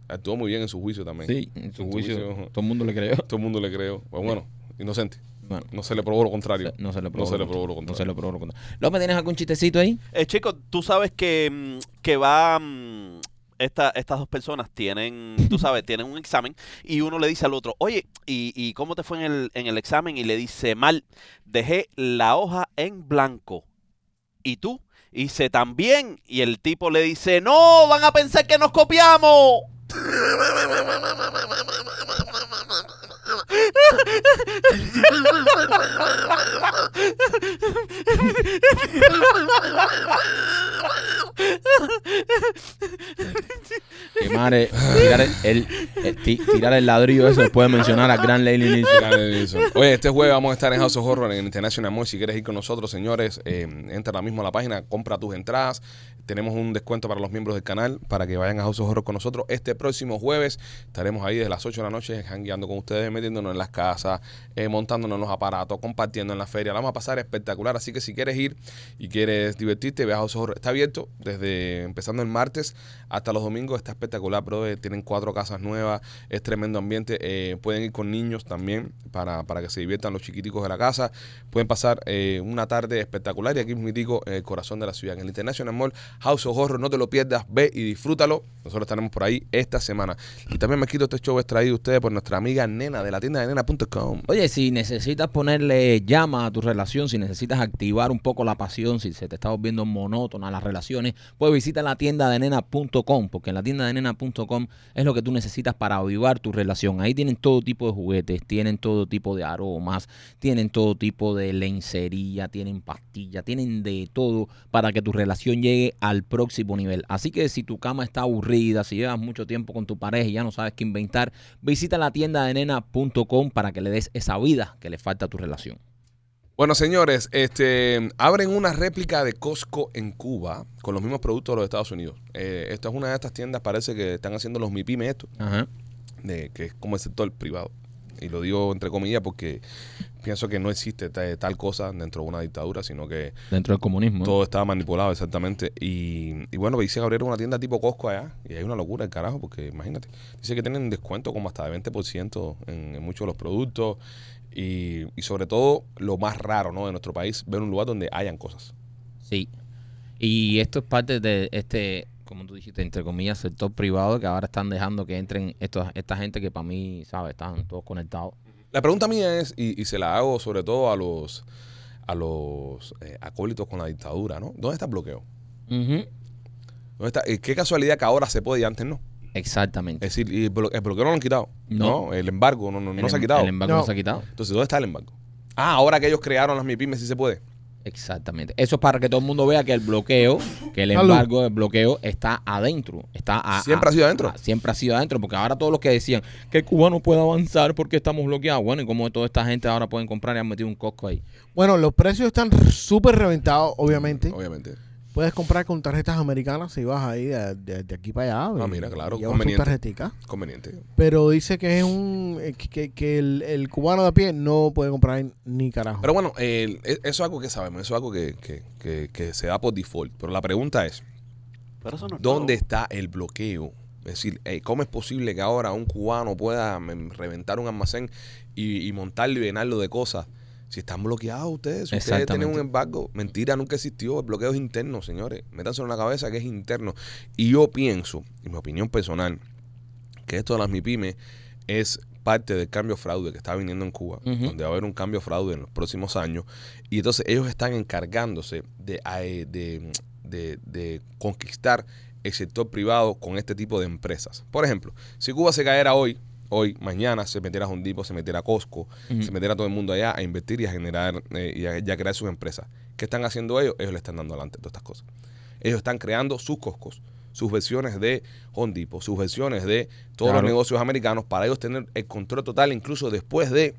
S1: Actuó muy bien en su juicio también.
S2: Sí, en su
S1: En su
S2: juicio.
S1: juicio.
S2: Todo el mundo le creyó.
S1: Todo el mundo le creo. Pues bueno, inocente.
S2: Bueno,
S1: No se le probó lo contrario.
S2: no se le probó.
S1: No se le
S2: lo
S1: probó lo
S2: contrario.
S1: contrario.
S2: No se le probó lo contrario. López, ¿tienes algún chistecito ahí?
S4: Eh, chicos, tú sabes que, mm, que va... mm, esta- estas dos personas tienen, tú sabes, tienen un examen y uno le dice al otro, oye, ¿y, y cómo te fue en el, en el examen? Y le dice, mal, dejé la hoja en blanco. ¿Y tú? Y dice, también. Y el tipo le dice, no, van a pensar que nos copiamos.
S2: Que madre, tirar el, el- el- ti- tirar el ladrillo eso después de mencionar a gran Lady Nielsen.
S1: Dale, Nelson. Oye, este jueves vamos a estar en House of Horror en International Mall. Si quieres ir con nosotros, señores, eh, entra ahora mismo a la página, compra tus entradas. Tenemos un descuento para los miembros del canal para que vayan a House of Horror con nosotros. Este próximo jueves estaremos ahí desde las 8 de la noche jangueando con ustedes, metiéndonos en las casas, eh, montándonos en los aparatos, compartiendo en la feria. La vamos a pasar espectacular. Así que si quieres ir y quieres divertirte, ve a House of Horror. Está abierto desde eh, empezando el martes hasta los domingos. Está espectacular, brother. Tienen cuatro casas nuevas. Es tremendo ambiente. Eh, pueden ir con niños también para, para que se diviertan los chiquiticos de la casa. Pueden pasar eh, una tarde espectacular. Y aquí mitico en el corazón de la ciudad. En el International Mall, House of Horror. No te lo pierdas. Ve y disfrútalo. Nosotros estaremos por ahí esta semana. Y también me quito este show extraído a ustedes por nuestra amiga Nena de la tienda de nena.com.
S2: Oye, si necesitas ponerle llama a tu relación, si necesitas activar un poco la pasión, si se te está volviendo monótona las relaciones, pues visita la tienda de nena.com, porque en la tienda de nena.com es lo que tú necesitas para avivar tu relación. Ahí tienen todo tipo de juguetes, tienen todo tipo de aromas, tienen todo tipo de lencería, tienen pastillas, tienen de todo para que tu relación llegue al próximo nivel. Así que si tu cama está aburrida, si llevas mucho tiempo con tu pareja y ya no sabes qué inventar, visita la tienda de nena.com para que le des esa vida que le falta a tu relación.
S1: Bueno, señores, este, abren una réplica de Costco en Cuba con los mismos productos de los Estados Unidos. Eh, esta es una de estas tiendas, parece que están haciendo los MIPIME esto,
S2: Ajá.
S1: de, que es como el sector privado. Y lo digo entre comillas porque pienso que no existe ta- tal cosa dentro de una dictadura, sino que
S2: Dentro del comunismo.
S1: todo estaba manipulado exactamente. Y, y bueno, dice que abrieron una tienda tipo Costco allá y hay una locura el carajo, porque imagínate, dice que tienen descuento como hasta de 20% en, en muchos de los productos y, y sobre todo lo más raro ¿no? de nuestro país, ver un lugar donde hayan cosas.
S2: Sí. Y esto es parte de este, como tú dijiste, entre comillas, sector privado que ahora están dejando que entren estos, esta gente que para mí, ¿sabes? Están todos conectados.
S1: La pregunta mía es, y, y se la hago sobre todo a los a los eh, acólitos con la dictadura, ¿no? ¿Dónde está el bloqueo? ¿Dónde está? eh, ¿Qué casualidad que ahora se puede y antes no?
S2: Exactamente.
S1: Es decir, y el, blo- el bloqueo no lo han quitado,
S2: No.
S1: ¿no? El embargo no, no- no
S2: El
S1: se ha
S2: em-
S1: quitado.
S2: El embargo no.
S3: No.
S2: se ha quitado.
S1: Entonces, ¿dónde está el embargo? Ah, ahora que ellos crearon las MIPIMES, sí se puede.
S2: Exactamente. Eso es para que todo el mundo vea que el bloqueo, que el
S3: Salud.
S2: embargo del bloqueo está adentro. Está a-
S1: Siempre
S2: a-
S1: ha sido adentro.
S2: a- siempre ha sido adentro, porque ahora todos los que decían que Cuba no puede avanzar porque estamos bloqueados. Bueno, y como toda esta gente ahora pueden comprar y han metido un cosco ahí.
S3: Bueno, los precios están súper reventados, obviamente.
S1: Obviamente.
S3: Puedes comprar con tarjetas americanas si vas ahí de, de- de aquí para allá.
S1: Ah,
S3: y-
S1: mira, claro,
S3: y llevas tu
S1: conveniente.
S3: tarjetica.
S1: Conveniente.
S3: Pero dice que es un eh, que- que, que el, el cubano de a pie no puede comprar ni carajo. <laughs>
S1: Pero bueno, el- e- eso es algo que sabemos, eso es algo que, que- que- que se da por default. Pero la pregunta es,
S4: Pero eso no es
S1: ¿dónde
S4: todo.
S1: está el bloqueo? Es decir, eh, ¿cómo es posible que ahora un cubano pueda mm, reventar un almacén y, y montarlo y llenarlo de cosas? Si están bloqueados ustedes, si ustedes tienen un
S2: Exactamente.
S1: embargo, mentira, nunca existió. El bloqueo es interno, señores. Métanse en la cabeza que es interno. Y yo pienso, y mi opinión personal, que esto de las MIPIMES es parte del cambio fraude que está viniendo en Cuba,
S2: Ujú.
S1: donde va a haber un cambio fraude en los próximos años. Y entonces ellos están encargándose de, a- eh, de, de- de conquistar el sector privado con este tipo de empresas. Por ejemplo, si Cuba se caera hoy, hoy, mañana, se metiera a Hondipo, se metiera a Costco,
S2: Ujú.
S1: se metiera todo el mundo allá a invertir y a generar eh, y, a, y a crear sus empresas. ¿Qué están haciendo ellos? Ellos le están dando adelante a todas estas cosas. Ellos están creando sus Costcos, sus versiones de Home Depot, sus versiones de todos
S2: Claro.
S1: los negocios americanos para ellos tener el control total, incluso después de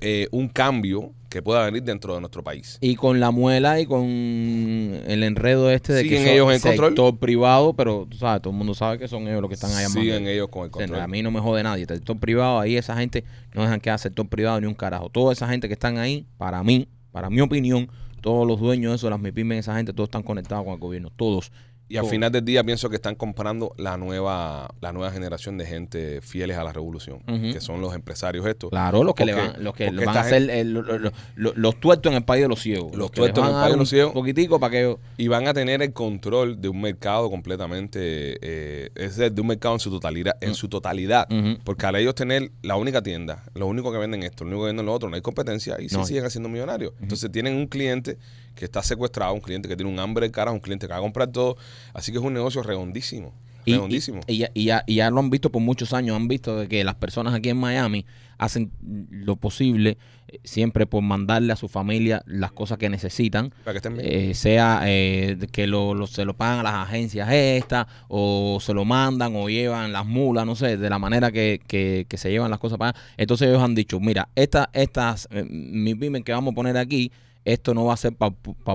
S1: eh, un cambio que pueda venir dentro de nuestro país.
S2: Y con la muela y con el enredo este de
S1: ¿Siguen
S2: que
S1: ellos en
S2: sector
S1: control?
S2: privado, pero tú sabes, todo el mundo sabe que son ellos los que están allá
S1: Siguen
S2: mandando.
S1: ellos con el
S2: O sea,
S1: control.
S2: a mí no me jode nadie. Sector privado, ahí esa gente no dejan que haga sector privado ni un carajo. Toda esa gente que están ahí, para mí, para mi opinión, todos los dueños de eso, las MIPIMES, esa gente, todos están conectados con el gobierno. Todos.
S1: Y al
S2: Todo.
S1: final del día pienso que están comprando la nueva, la nueva generación de gente fieles a la revolución,
S2: Ujú.
S1: que son los empresarios estos.
S2: Claro, los que le
S1: Porque-
S2: van, los que
S1: porque
S2: le van a
S1: esta
S2: hacer eh, lo- lo- lo- lo- los tuertos en el país de los ciegos.
S1: Los
S2: que les
S1: tuertos en
S2: van
S1: el
S2: a
S1: país
S2: dar
S1: de los
S2: un
S1: ciegos.
S2: poquitico para que ellos-
S1: Y van a tener el control de un mercado completamente, eh, es decir, de un mercado en su totalidad,
S2: Mm.
S1: en su totalidad.
S2: Ujú.
S1: Porque al ellos tener la única tienda, lo único que venden esto, lo único que venden lo otro, no hay competencia y sí
S2: No.
S1: siguen haciendo millonarios. Entonces tienen un cliente que está secuestrado, un cliente que tiene un hambre de cara, un cliente que va a comprar todo. Así que es un negocio redondísimo.
S2: Y, eh, y,
S1: redondísimo.
S2: y ya, y ya- y ya lo han visto por muchos años, han visto de que las personas aquí en Miami hacen lo posible eh, siempre por mandarle a su familia las cosas que necesitan,
S1: Para que estén bien.
S2: eh, sea eh, de que lo, lo- se lo pagan a las agencias estas, o se lo mandan, o llevan las mulas, no sé, de la manera que, que- que se llevan las cosas para allá. Entonces ellos han dicho, mira, esta, estas, eh, mi pyme que vamos a poner aquí, esto no va a ser para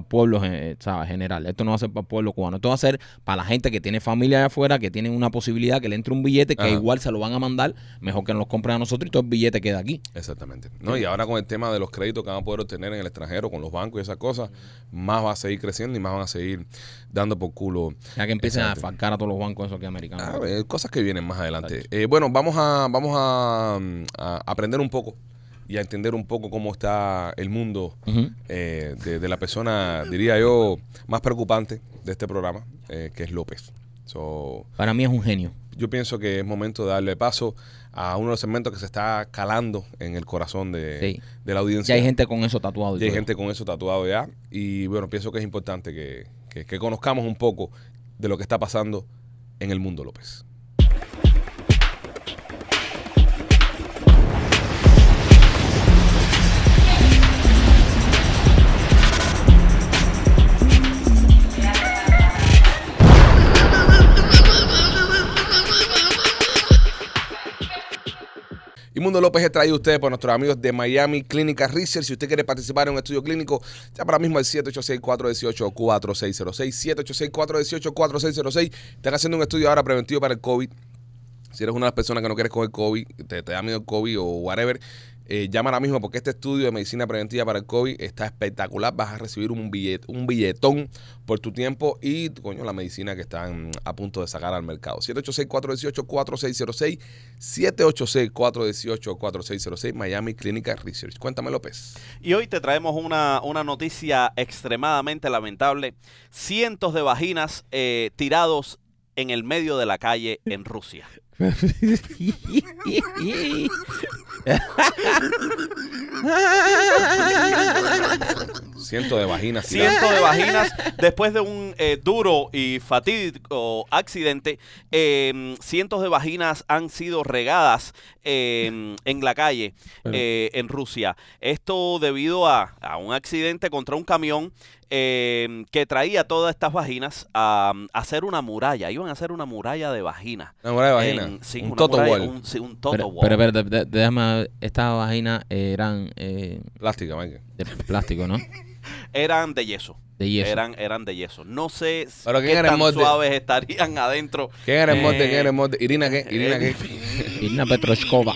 S2: pueblos eh, ¿sabes? general, esto no va a ser para el pueblo cubano, esto va a ser para la gente que tiene familia allá afuera, que tiene una posibilidad que le entre un billete, que
S1: Ajá.
S2: igual se lo van a mandar, mejor que nos lo compren a nosotros y todo el billete queda aquí.
S1: Exactamente. No, y ahora con el tema de los créditos que van a poder obtener en el extranjero, con los bancos y esas cosas, más va a seguir creciendo y más van a seguir dando por culo.
S2: Ya que empiecen
S1: Exacto. Ah,
S2: a falcar a todos los bancos esos que americanos.
S1: A ver, cosas que vienen más adelante. Eh, bueno, vamos a vamos a, mm, a aprender un poco y a entender un poco cómo está el mundo
S2: Ujú.
S1: eh, de, de la persona, diría yo, más preocupante de este programa, eh, que es López. So,
S2: Para mí es un genio.
S1: yo pienso que es momento de darle paso a uno de los segmentos que se está calando en el corazón de,
S2: Sí.
S1: de la audiencia.
S2: Ya hay gente con eso tatuado. y
S1: Ya hay
S2: todo.
S1: gente con eso tatuado ya. Y bueno, pienso que es importante que, que- que conozcamos un poco de lo que está pasando en el mundo, López. Y Mundo López es traído a ustedes por nuestros amigos de Miami Clínica Research. Si usted quiere participar en un estudio clínico, ya para mismo al 786-418-4606. 786-418-4606. Están haciendo un estudio ahora preventivo para el COVID. Si eres una de las personas que no quieres coger COVID, te, te da miedo el COVID o whatever, eh, llama ahora mismo porque este estudio de medicina preventiva para el COVID está espectacular. Vas a recibir un, billet, un billetón por tu tiempo y, coño, la medicina que están a punto de sacar al mercado. 786-418-4606, 786-418-4606, Miami Clinical Research. Cuéntame, López.
S4: Y hoy te traemos una, una noticia extremadamente lamentable. Cientos de vaginas eh, tirados en el medio de la calle en Rusia.
S1: Cientos de
S4: <laughs>
S1: vaginas tiradas.
S4: Cientos de
S2: <laughs>
S4: vaginas después de un eh, duro y fatídico accidente. eh, cientos de vaginas han sido regadas eh, en la calle eh, en Rusia. Esto debido a, a un accidente contra un camión eh, que traía todas estas vaginas a, a hacer una muralla. Iban a hacer una muralla de vaginas.
S1: Una muralla de vagina.
S4: En- sí,
S1: un
S4: una
S1: toto
S4: muralla,
S1: wall.
S4: Un, sí, un toto
S2: Pero,
S4: wall.
S2: pero, pero, de- de- déjame, estas vaginas eran eh,
S1: Plástica, Mike.
S2: de plástico, ¿no?
S4: Eran de yeso.
S2: De yeso.
S4: Eran, eran de yeso. No sé si-
S1: Pero ¿quién
S4: qué
S1: era el
S4: tan
S1: molde?
S4: suaves estarían <laughs> adentro.
S1: ¿Quién era el
S4: Eh,
S1: mote? ¿Quién era el mote? Irina, ¿qué? Irina,
S4: <laughs>
S1: ¿qué?
S2: Irina Petroshkova.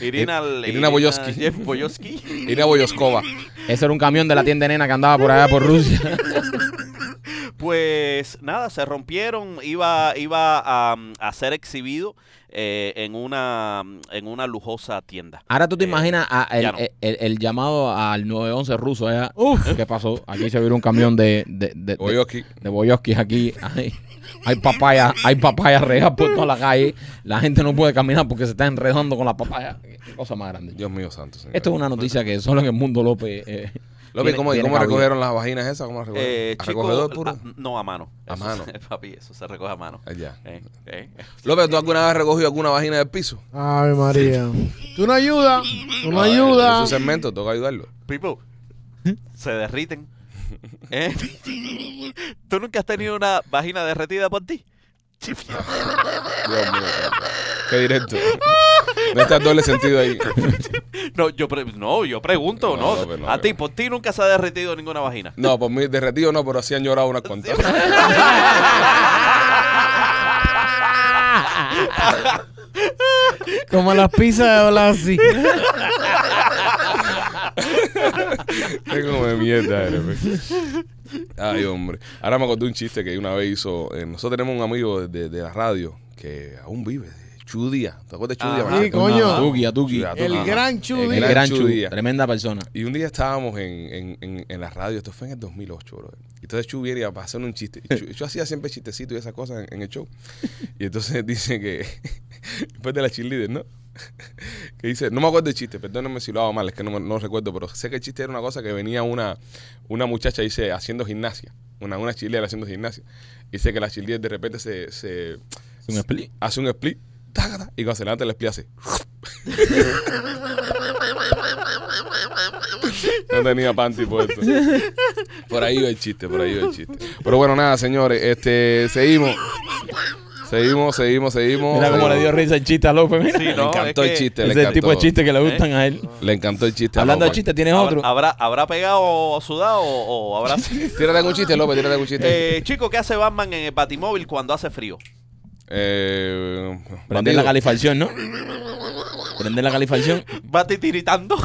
S4: Irina,
S1: Eh, Irina Boyoski. Eh.
S4: Jeff
S1: <laughs>
S4: Boyoski.
S1: Irina Boyoskova.
S2: Ese era un camión de la tienda nena que andaba por allá por Rusia.
S4: <laughs> Pues nada, se rompieron. Iba, iba a, um, a ser exhibido eh, en, una, en una lujosa tienda.
S1: Ah,
S2: Ahora tú te
S4: Eh,
S2: imaginas a- el,
S4: ya no.
S2: el- el- el llamado al 911 ruso. allá.
S3: Uf.
S2: ¿Qué pasó? Aquí se vio un camión de, de, de, de,
S1: Boyoski.
S2: de boyoskis aquí. Hay, hay papaya, hay papaya reja por toda la calle. La gente no puede caminar porque se está enredando con la papaya. Qué cosa más grande.
S1: Dios mío santo, señor.
S2: Esto es una noticia que solo en el mundo López. eh,
S1: López,
S2: tiene-
S1: ¿cómo,
S2: tiene
S1: cómo
S2: cabida.
S1: recogieron las vaginas esas? ¿Cómo las recogieron?
S4: Eh,
S1: ¿A
S4: chico,
S1: recogedor puro?
S4: ah, no, a mano.
S1: A
S4: Eso
S1: mano.
S4: se- <laughs> papi, eso se recoge a mano.
S1: Ah, ya.
S4: Eh, eh.
S1: López, ¿tú alguna vez has recogido alguna vagina del piso?
S3: Ay, María. Tú no ayudas. Tú no
S1: Ah,
S3: ayudas.
S1: Es un segmento, toca ayudarlo.
S4: People,
S1: ¿Mm? <laughs>
S4: se derriten. Eh, ¿Tú nunca has tenido una vagina derretida por
S1: <laughs>
S4: ti?
S1: Dios mío. santo. Qué directo. No está doble sentido ahí.
S4: No, yo, pre- no, yo pregunto,
S1: No,
S4: no.
S1: López, no,
S4: a ti,
S1: López.
S4: por ti nunca se ha derretido ninguna vagina.
S1: No, por mí derretido no, pero sí han llorado unas cuantas. <laughs>
S3: Como las pizzas
S1: <laughs>
S3: de Blasi.
S1: Es como de mierda, eres, ve. Ay, hombre. Ahora me acordé un chiste que una vez hizo. eh, nosotros tenemos un amigo de, de la radio que aún vive, Chudia. ¿Te acuerdas de Chudia?
S4: Ajá.
S1: verdad?
S3: Ah, Sí, coño.
S2: Tuki, a Tuki.
S1: Chudia, Tuki.
S3: El
S1: Ajá.
S3: gran Chudy.
S2: El
S1: gran
S2: gran
S1: Chuy.
S2: Chuy. Tremenda persona.
S1: Y un día estábamos en, en, en, en la radio, esto fue en el 2008, bro. Y entonces Chu viene y va a hacer un chiste. Y Chu- yo hacía siempre chistecitos y esas cosas en, en el show. Y entonces <laughs> dice que, después de la cheerleader, ¿no? <laughs> Que dice, no me acuerdo el chiste, perdónenme si lo hago mal, es que no, me- no recuerdo, pero sé que el chiste era una cosa que venía una, una muchacha, dice, haciendo gimnasia. Una, una cheerleader haciendo gimnasia. Dice que la cheerleader de repente se, se
S2: Es un split.
S1: hace un split, tácata, y cuando se levanta el split hace. <laughs> No tenía panty puesto. Por ahí va el chiste, por ahí va el chiste. Pero bueno, nada, señores, este, seguimos. Seguimos, seguimos, seguimos.
S2: Mira cómo le dio risa el chiste a López. Mira.
S1: <laughs>
S4: Sí,
S1: Le
S4: no,
S1: encantó
S4: es
S1: el
S4: que-
S1: chiste. Oh. Le ¿Eh?
S2: Ese es el
S1: encantó.
S2: tipo de chiste que le gustan a él.
S1: Le encantó el chiste. a
S2: Hablando de
S1: López.
S2: chiste, ¿tienes otro?
S4: ¿Habrá, habrá, habrá pegado sudado o, o habrá...
S1: Tírate algún chiste, López, tírate algún chiste.
S4: Eh, chico, ¿qué hace Batman en el Batimóvil cuando hace frío?
S1: Eh,
S2: Prender
S1: bandido.
S2: la calefacción, ¿no? Prender la calefacción.
S4: Va titiritando.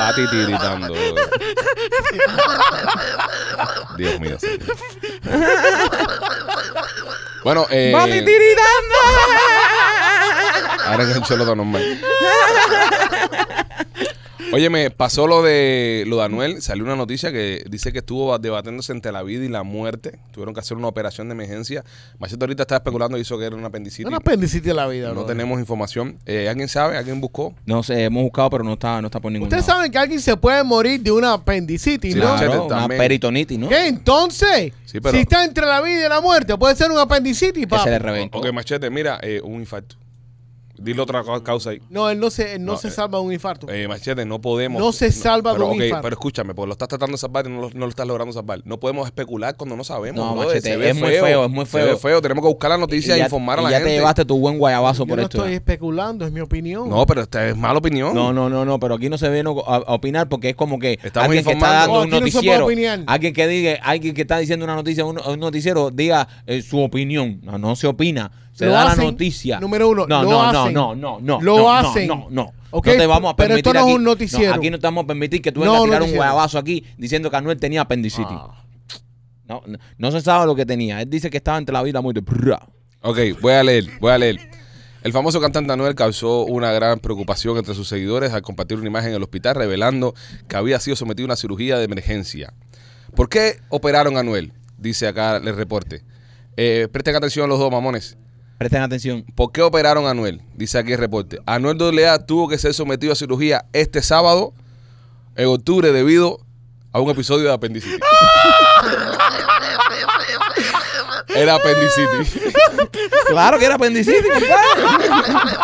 S1: Va titiritando. Dios mío. señor. Bueno, eh. Ahora enganchó lo de normal. Oye, me pasó lo de lo de Anuel. Salió una noticia que dice que estuvo debatiéndose entre la vida y la muerte. Tuvieron que hacer una operación de emergencia. Machete ahorita está especulando y hizo que era una apendicitis.
S3: Un apendicitis de la vida,
S1: No
S3: bro.
S1: tenemos información. Eh, ¿Alguien sabe? ¿Alguien buscó?
S2: No sé, hemos buscado, pero no está, no está por ningún
S3: Ustedes
S2: lado.
S3: saben que alguien se puede morir de una apendicitis,
S1: Sí,
S3: ¿no?
S1: Machete,
S2: Claro, una
S1: también.
S2: peritonitis, ¿no?
S3: ¿Qué? Entonces,
S1: Sí, pero-
S3: si está entre la vida y la muerte, puede ser un apendicitis,
S2: Que se
S3: papi.
S2: le reventó.
S1: Ok, Machete, mira, eh, un infarto. Dile otra ca- causa ahí.
S3: No, él no se, él no
S1: No,
S3: se
S1: eh,
S3: salva de un infarto.
S1: Eh, machete, no podemos.
S3: No se salva
S1: pero,
S3: de un
S1: ok,
S3: infarto.
S1: Pero escúchame, porque lo estás tratando de salvar y no lo, no lo estás logrando salvar. No podemos especular cuando no sabemos.
S2: No,
S1: brother.
S2: machete,
S1: Se ve
S2: es muy feo, es muy
S1: Se ve
S2: feo.
S1: Tenemos que buscar la
S2: Y
S1: noticia
S2: ya,
S1: e informar a la
S2: y ya
S1: gente.
S2: te llevaste tu buen guayabazo
S3: Yo
S2: por
S3: no
S2: esto.
S3: estoy
S2: ¿eh?
S3: especulando, es mi opinión.
S1: No, pero esta es mala
S3: Oh.
S1: opinión.
S2: No, no, no, no, pero aquí no se viene a, a opinar porque es como que
S1: Estamos
S2: alguien que está
S1: informando.
S2: dando
S3: No,
S2: un
S3: aquí no se puede
S2: noticiero,
S3: opinar.
S2: alguien que diga, alguien que está diciendo una noticia, un, un noticiero diga eh, su opinión. No, no se opina, se
S3: Lo
S2: da
S3: hacen,
S2: la noticia.
S3: número uno,
S2: no,
S3: lo
S2: no,
S3: hacen.
S2: no, no, no, no,
S3: Lo
S2: no,
S3: hacen.
S2: No, no, no.
S3: Ok,
S2: no te vamos a
S3: pero
S2: permitir
S3: esto no es
S2: aquí-
S3: un noticiero.
S2: no, aquí no te vamos a permitir que tú
S3: No,
S2: vengas a tirar un
S3: noticiero. Ah.
S2: guayabazo aquí diciendo que Anuel tenía apendicitis. No, no, no se sabe lo que tenía. Él dice que estaba entre la vida muy de
S1: Ok, voy a leer, voy a leer. El famoso cantante Anuel causó una gran preocupación entre sus seguidores al compartir una imagen en el hospital revelando que había sido sometido a una cirugía de emergencia. ¿Por qué operaron a Anuel? Dice acá el reporte. Eh, presten atención los dos mamones.
S2: Presten atención.
S1: ¿Por qué operaron a Anuel? Dice aquí el reporte. Anuel Doblea tuvo que ser sometido a cirugía este sábado, en octubre, debido a un episodio de apendicitis. Era apendicitis.
S2: Claro que era apendicitis, compadre.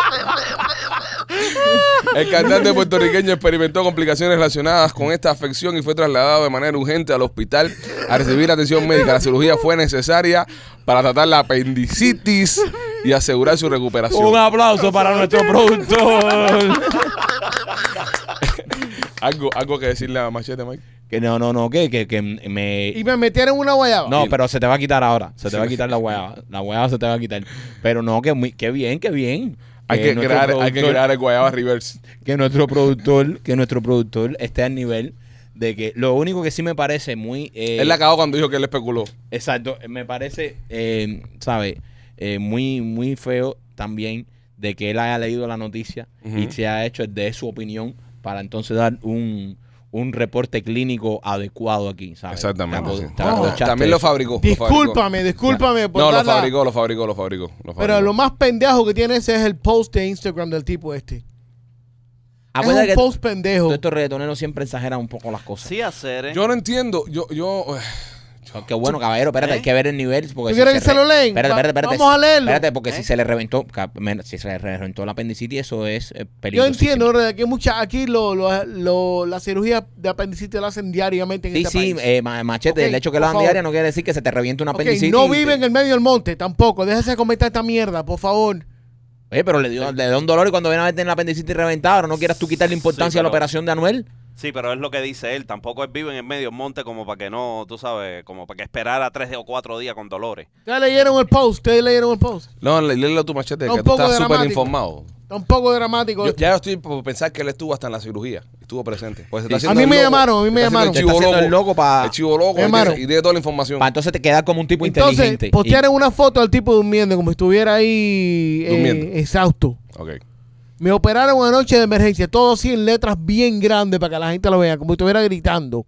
S1: El cantante puertorriqueño experimentó complicaciones relacionadas con esta afección y fue trasladado de manera urgente al hospital a recibir atención médica. La cirugía fue necesaria para tratar la apendicitis y asegurar su recuperación.
S2: Un aplauso para nuestro productor.
S1: Algo, algo que decirle a Machete, Mike.
S2: Que no, no, no, que, que, que
S3: Y
S2: me.
S3: me metieron una guayaba.
S2: No, pero se te va a quitar ahora. Se te va a quitar la hueá. La hueá se te va a quitar. Pero no, que muy, qué bien, qué bien.
S1: Hay que,
S2: nuestro
S1: crear, hay que
S2: productor-
S1: crear el Guayaba Reverse.
S2: que nuestro productor, que nuestro productor esté al nivel de que lo único que sí me parece muy eh,
S1: Él la acabó cuando dijo que él especuló.
S2: Exacto, me parece, eh, ¿sabes? muy, muy feo también de que él haya leído la noticia y
S1: Ujú.
S2: se haya hecho de su opinión para entonces dar un, un reporte clínico adecuado aquí, ¿sabes?
S1: Exactamente.
S2: Te aco-
S1: sí.
S2: te
S1: También-
S2: acochaste
S1: También
S2: de
S1: lo
S2: eso.
S1: fabricó.
S3: discúlpame, discúlpame por
S1: No, lo
S3: darla-
S1: fabricó, lo fabricó, lo fabricó. lo
S3: Pero
S1: fabricó.
S3: lo más pendejo que tiene ese es el post de Instagram del tipo este. Es
S2: Acuérdate
S3: un
S2: que
S3: post pendejo.
S2: todos estos reggaetoneros siempre exageran un poco las cosas.
S4: Sí, hacer, ¿eh?
S1: Yo no entiendo. Yo, yo. eh,
S2: Qué bueno, caballero, espérate, hay que ver el nivel. Porque
S3: ¿Tú quieres ¿Eh? que se lo leen?
S2: Espérate,
S3: Va-
S2: espérate, espérate.
S3: vamos a leerlo.
S2: Espérate, porque si
S4: ¿Eh?
S2: se le reventó, ca- men- si se le reventó la apendicitis, eso es eh,
S3: Yo
S2: peligroso.
S3: entiendo brother, que mucha, aquí lo, lo- lo- la cirugía de apendicitis la hacen diariamente en
S2: Sí,
S3: este
S2: sí,
S3: país.
S2: eh, ma- machete,
S3: Ok,
S2: el hecho que
S3: por
S2: lo hagan
S3: favor.
S2: diaria no quiere decir que se te reviente una
S3: Ok,
S2: apendicitis.
S3: no
S2: y te-
S3: vive en el medio del monte tampoco. Déjese de comentar esta mierda, por favor.
S2: Oye, Eh, pero le dio, le dio un dolor y cuando viene a verte en la apendicitis reventada, ahora no quieras tú quitarle importancia a la
S4: pero-
S2: operación de Anuel.
S4: Sí, pero es lo que dice él. Tampoco él vive en el medio monte como para que no, tú sabes, como para que esperara tres o cuatro días con dolores.
S3: Ustedes leyeron el post, ustedes leyeron el post.
S1: No, le- léelo tu machete,
S3: No,
S1: que
S3: un
S1: tú
S3: poco
S1: estás
S3: dramático.
S1: súper informado.
S3: Está un poco dramático.
S1: Yo- ya yo estoy por pensar que él estuvo hasta en la cirugía. Estuvo presente. Pues se está
S2: Sí, sí.
S1: haciendo
S3: A mí
S1: el
S3: me
S1: loco,
S3: llamaron, a mí me
S1: está haciendo
S3: llamaron.
S2: Te está haciendo el loco para
S1: El chivo loco.
S3: Me
S1: y tiene-
S3: llamaron.
S1: Y tiene toda la información.
S2: entonces te quedar como un tipo
S3: Entonces,
S2: inteligente.
S3: postearon una foto al tipo durmiendo, como si estuviera ahí eh,
S1: Durmiendo.
S3: exhausto.
S1: Ok.
S3: Me operaron anoche de emergencia, todo así en letras bien grandes para que la gente lo vea, como si estuviera gritando.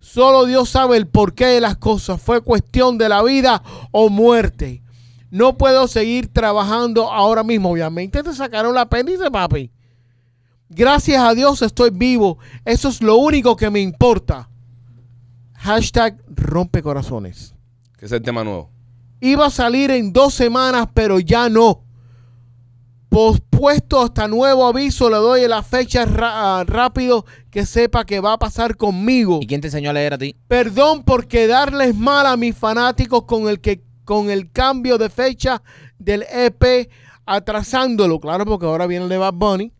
S3: Solo Dios sabe el porqué de las cosas. Fue cuestión de la vida o muerte. No puedo seguir trabajando ahora mismo. Obviamente te sacaron la apéndice, papi. Gracias a Dios estoy vivo. Eso es lo único que me importa. Hashtag rompecorazones.
S1: Que ese es el tema nuevo.
S3: Iba a salir en dos semanas, pero ya no. Pospuesto hasta nuevo aviso, le doy la fecha ra- ah, rápido que sepa que va a pasar conmigo.
S2: ¿Y, y quién te enseñó a leer a ti?
S3: Perdón por quedarles mal a mis fanáticos con el que con el cambio de fecha del EP, atrasándolo, claro, porque ahora viene el de Bad Bunny.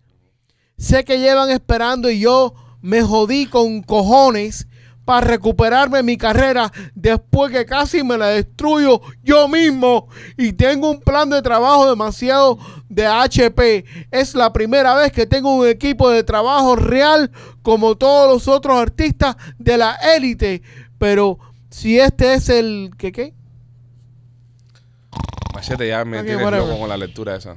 S3: Sé que llevan esperando y yo me jodí con cojones para recuperarme mi carrera después que casi me la destruyo yo mismo y tengo un plan de trabajo demasiado de HP. Es la primera vez que tengo un equipo de trabajo real como todos los otros artistas de la élite, pero si este es el que qué?
S1: Machete ya me
S3: Ok,
S1: tienes
S3: whatever.
S1: loco con la lectura esa.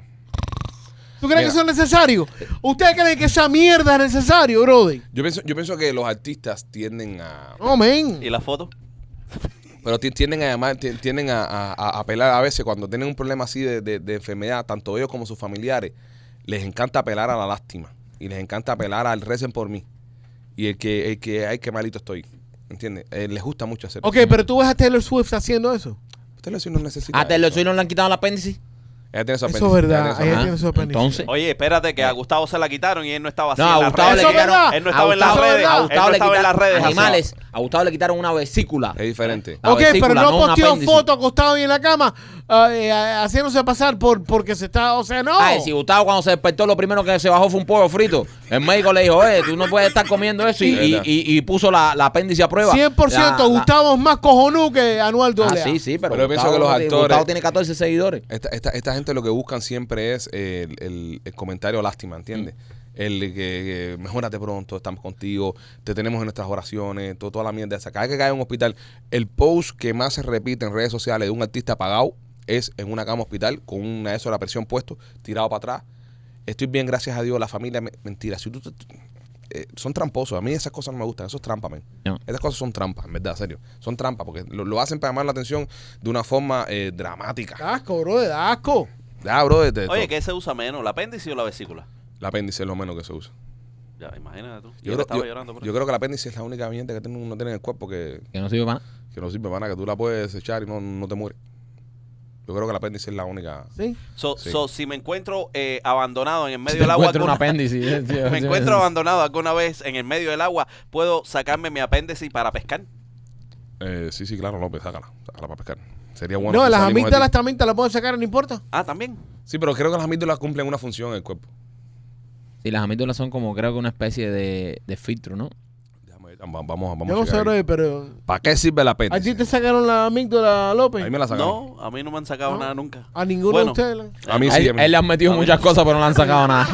S3: ¿Tú crees
S1: Mira.
S3: que eso es necesario? ¿Ustedes creen que esa mierda es necesario, brother?
S1: Yo pienso, yo pienso que los artistas tienden a.
S3: No, men.
S4: ¿Y la foto?
S1: Pero ti- tienden a llamar, ti- tienden a, a- a apelar a veces cuando tienen un problema así de, de- de enfermedad, tanto ellos como sus familiares, les encanta apelar a la lástima y les encanta apelar al recen por mí y el que, el que ay, qué malito estoy. ¿Entiendes? Eh, les gusta mucho hacer
S3: Ok, pero tú ves a Taylor Swift haciendo eso.
S1: Taylor Swift no necesita.
S2: A Taylor
S1: eso.
S2: Swift no le han quitado el apéndice. Ah,
S1: Ella tiene su
S3: Ah, Eso es
S1: apéndice,
S3: verdad,
S1: ella tiene su
S3: ella
S1: apéndice.
S3: tiene su apéndice.
S2: Entonces,
S4: Oye, espérate, que a Gustavo se la quitaron y él no estaba así.
S2: no,
S4: en
S2: a
S4: las
S2: Gustavo
S4: redes.
S3: Eso
S2: le
S3: es
S2: quitaron.
S3: verdad.
S4: Él no estaba en las
S2: Gustavo-
S4: redes.
S2: A
S4: Él
S2: Gustavo
S4: no
S2: le
S4: estaba en las
S2: quitaron
S4: redes.
S2: animales. A Gustavo le quitaron una vesícula.
S1: Es diferente.
S2: La
S3: ok, pero
S2: vesícula,
S3: no,
S2: un
S3: posteó
S2: apéndice.
S3: foto acostado ahí en la cama ah, eh, ah, haciéndose pasar por porque se está. O sea, no.
S2: Ay, Ah, eh, si Gustavo cuando se despertó lo primero que se bajó fue un pollo frito. El médico le dijo, oye, tú no puedes estar comiendo eso y, y- y- y puso la, la apéndice a prueba. La-
S3: 100%
S2: la-
S3: Gustavo es más cojonú que Anual
S2: Ah,
S3: Doble.
S2: sí, sí, pero,
S1: Pero yo pienso
S2: Gustavo,
S1: que los
S2: no tiene-
S1: actores-
S2: Gustavo tiene 14 seguidores.
S1: Esta, esta, esta gente lo que buscan siempre es eh, el, el- el comentario lástima, ¿entiendes? El que, que mejórate pronto, estamos contigo, te tenemos en nuestras oraciones, to- toda la mierda esa. Cada vez que cae en un hospital, el post que más se repite en redes sociales de un artista pagado es en una cama hospital con una eso de la presión puesto, tirado para atrás. Estoy bien, gracias a Dios, la familia. me- mentira, si tú, tú- tú- eh, son tramposos. A mí esas cosas no me gustan, eso es trampa, men.
S2: No.
S1: Esas cosas son trampas, en verdad, serio. Son trampas porque lo, lo hacen para llamar la atención de una forma eh, dramática.
S3: Da asco, bro, da asco.
S1: Ya, bro, este,
S4: Oye,
S1: esto-
S4: ¿qué se usa menos? ¿La apéndice o la vesícula?
S1: el apéndice es lo menos que se usa.
S4: Ya, imagínate
S1: Yo,
S4: tú. Yo, que
S1: creo,
S4: estaba
S1: yo-
S4: llorando por
S1: yo
S4: eso.
S1: creo que el apéndice es la única mierda que tiene- uno tiene en el cuerpo que,
S2: Que no sirve para
S1: que no sirve para nada, que tú la puedes echar y no, no te mueres. Yo creo que el apéndice es la única.
S3: Sí.
S4: So,
S1: Sí.
S4: so, si me encuentro eh, abandonado en el medio
S2: Si
S4: del agua.
S2: encuentro un
S4: alguna-
S2: apéndice. sí, sí,
S4: me
S2: sí,
S4: encuentro
S2: sí.
S4: abandonado alguna vez en el medio del agua, ¿puedo sacarme mi apéndice para pescar?
S1: Eh, sí, sí, claro, López, sácala. Sácala para pescar. Sería bueno.
S3: no,
S1: que
S3: las
S1: salimos de
S3: amígdalas
S1: ti.
S3: también te las pueden sacar, no importa.
S4: Ah, también.
S1: Sí, pero creo que las amígdalas cumplen una función en el cuerpo.
S2: Sí, las amígdalas son como creo que una especie de, de filtro, ¿no?
S1: Déjame ver, vamos, vamos,
S3: Yo no
S1: vamos.
S3: sé,
S1: a
S3: bro, pero.
S1: ¿Para qué sirve el
S3: ¿A ti
S1: apéndice?
S3: te sacaron la amígdala, López?
S1: A mí me la sacaron.
S4: No, a mí no me han sacado
S3: No.
S4: nada nunca.
S3: A ninguno
S4: Bueno.
S3: de ustedes. ¿eh? la-
S1: A mí
S2: A él,
S1: sí. a mí.
S2: a él le han metido muchas cosas, pero no le han sacado nada.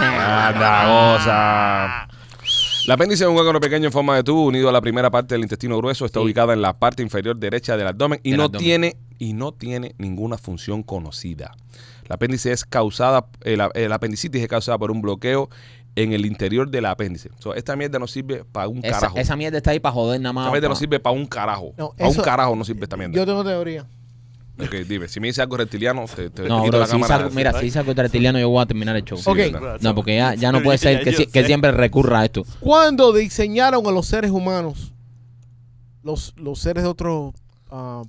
S1: Anda, goza. La apéndice es un órgano pequeño en forma de tubo unido a la primera parte del intestino grueso. Está
S2: Sí.
S1: ubicada en la parte inferior derecha del abdomen y
S2: Del
S1: no
S2: abdomen.
S1: tiene y no tiene ninguna función conocida. La apéndice es causada, el, a- el apendicitis es causada por un bloqueo en el interior del apéndice. So, esta mierda no sirve para <laughs> un
S2: Esa,
S1: carajo.
S2: esa mierda está ahí para joder nada más.
S1: esta mierda no
S2: pa-
S1: sirve para un carajo.
S3: No,
S1: para un
S3: eso-
S1: carajo no sirve esta mierda.
S3: Yo tengo teoría.
S1: Ok, dime, si me dice algo reptiliano, te, te- te
S2: No,
S1: quito
S2: bro,
S1: la
S2: si
S1: cámara.
S2: saco, mira, si saco el reptiliano, yo voy a terminar el show.
S1: Sí,
S3: Ok.
S1: verdad.
S2: No, porque ya, ya no puede ser que,
S4: Yo
S2: si- que
S4: sé.
S2: siempre recurra a esto.
S3: ¿Cuándo diseñaron a los seres humanos? Los, los seres de otro ah,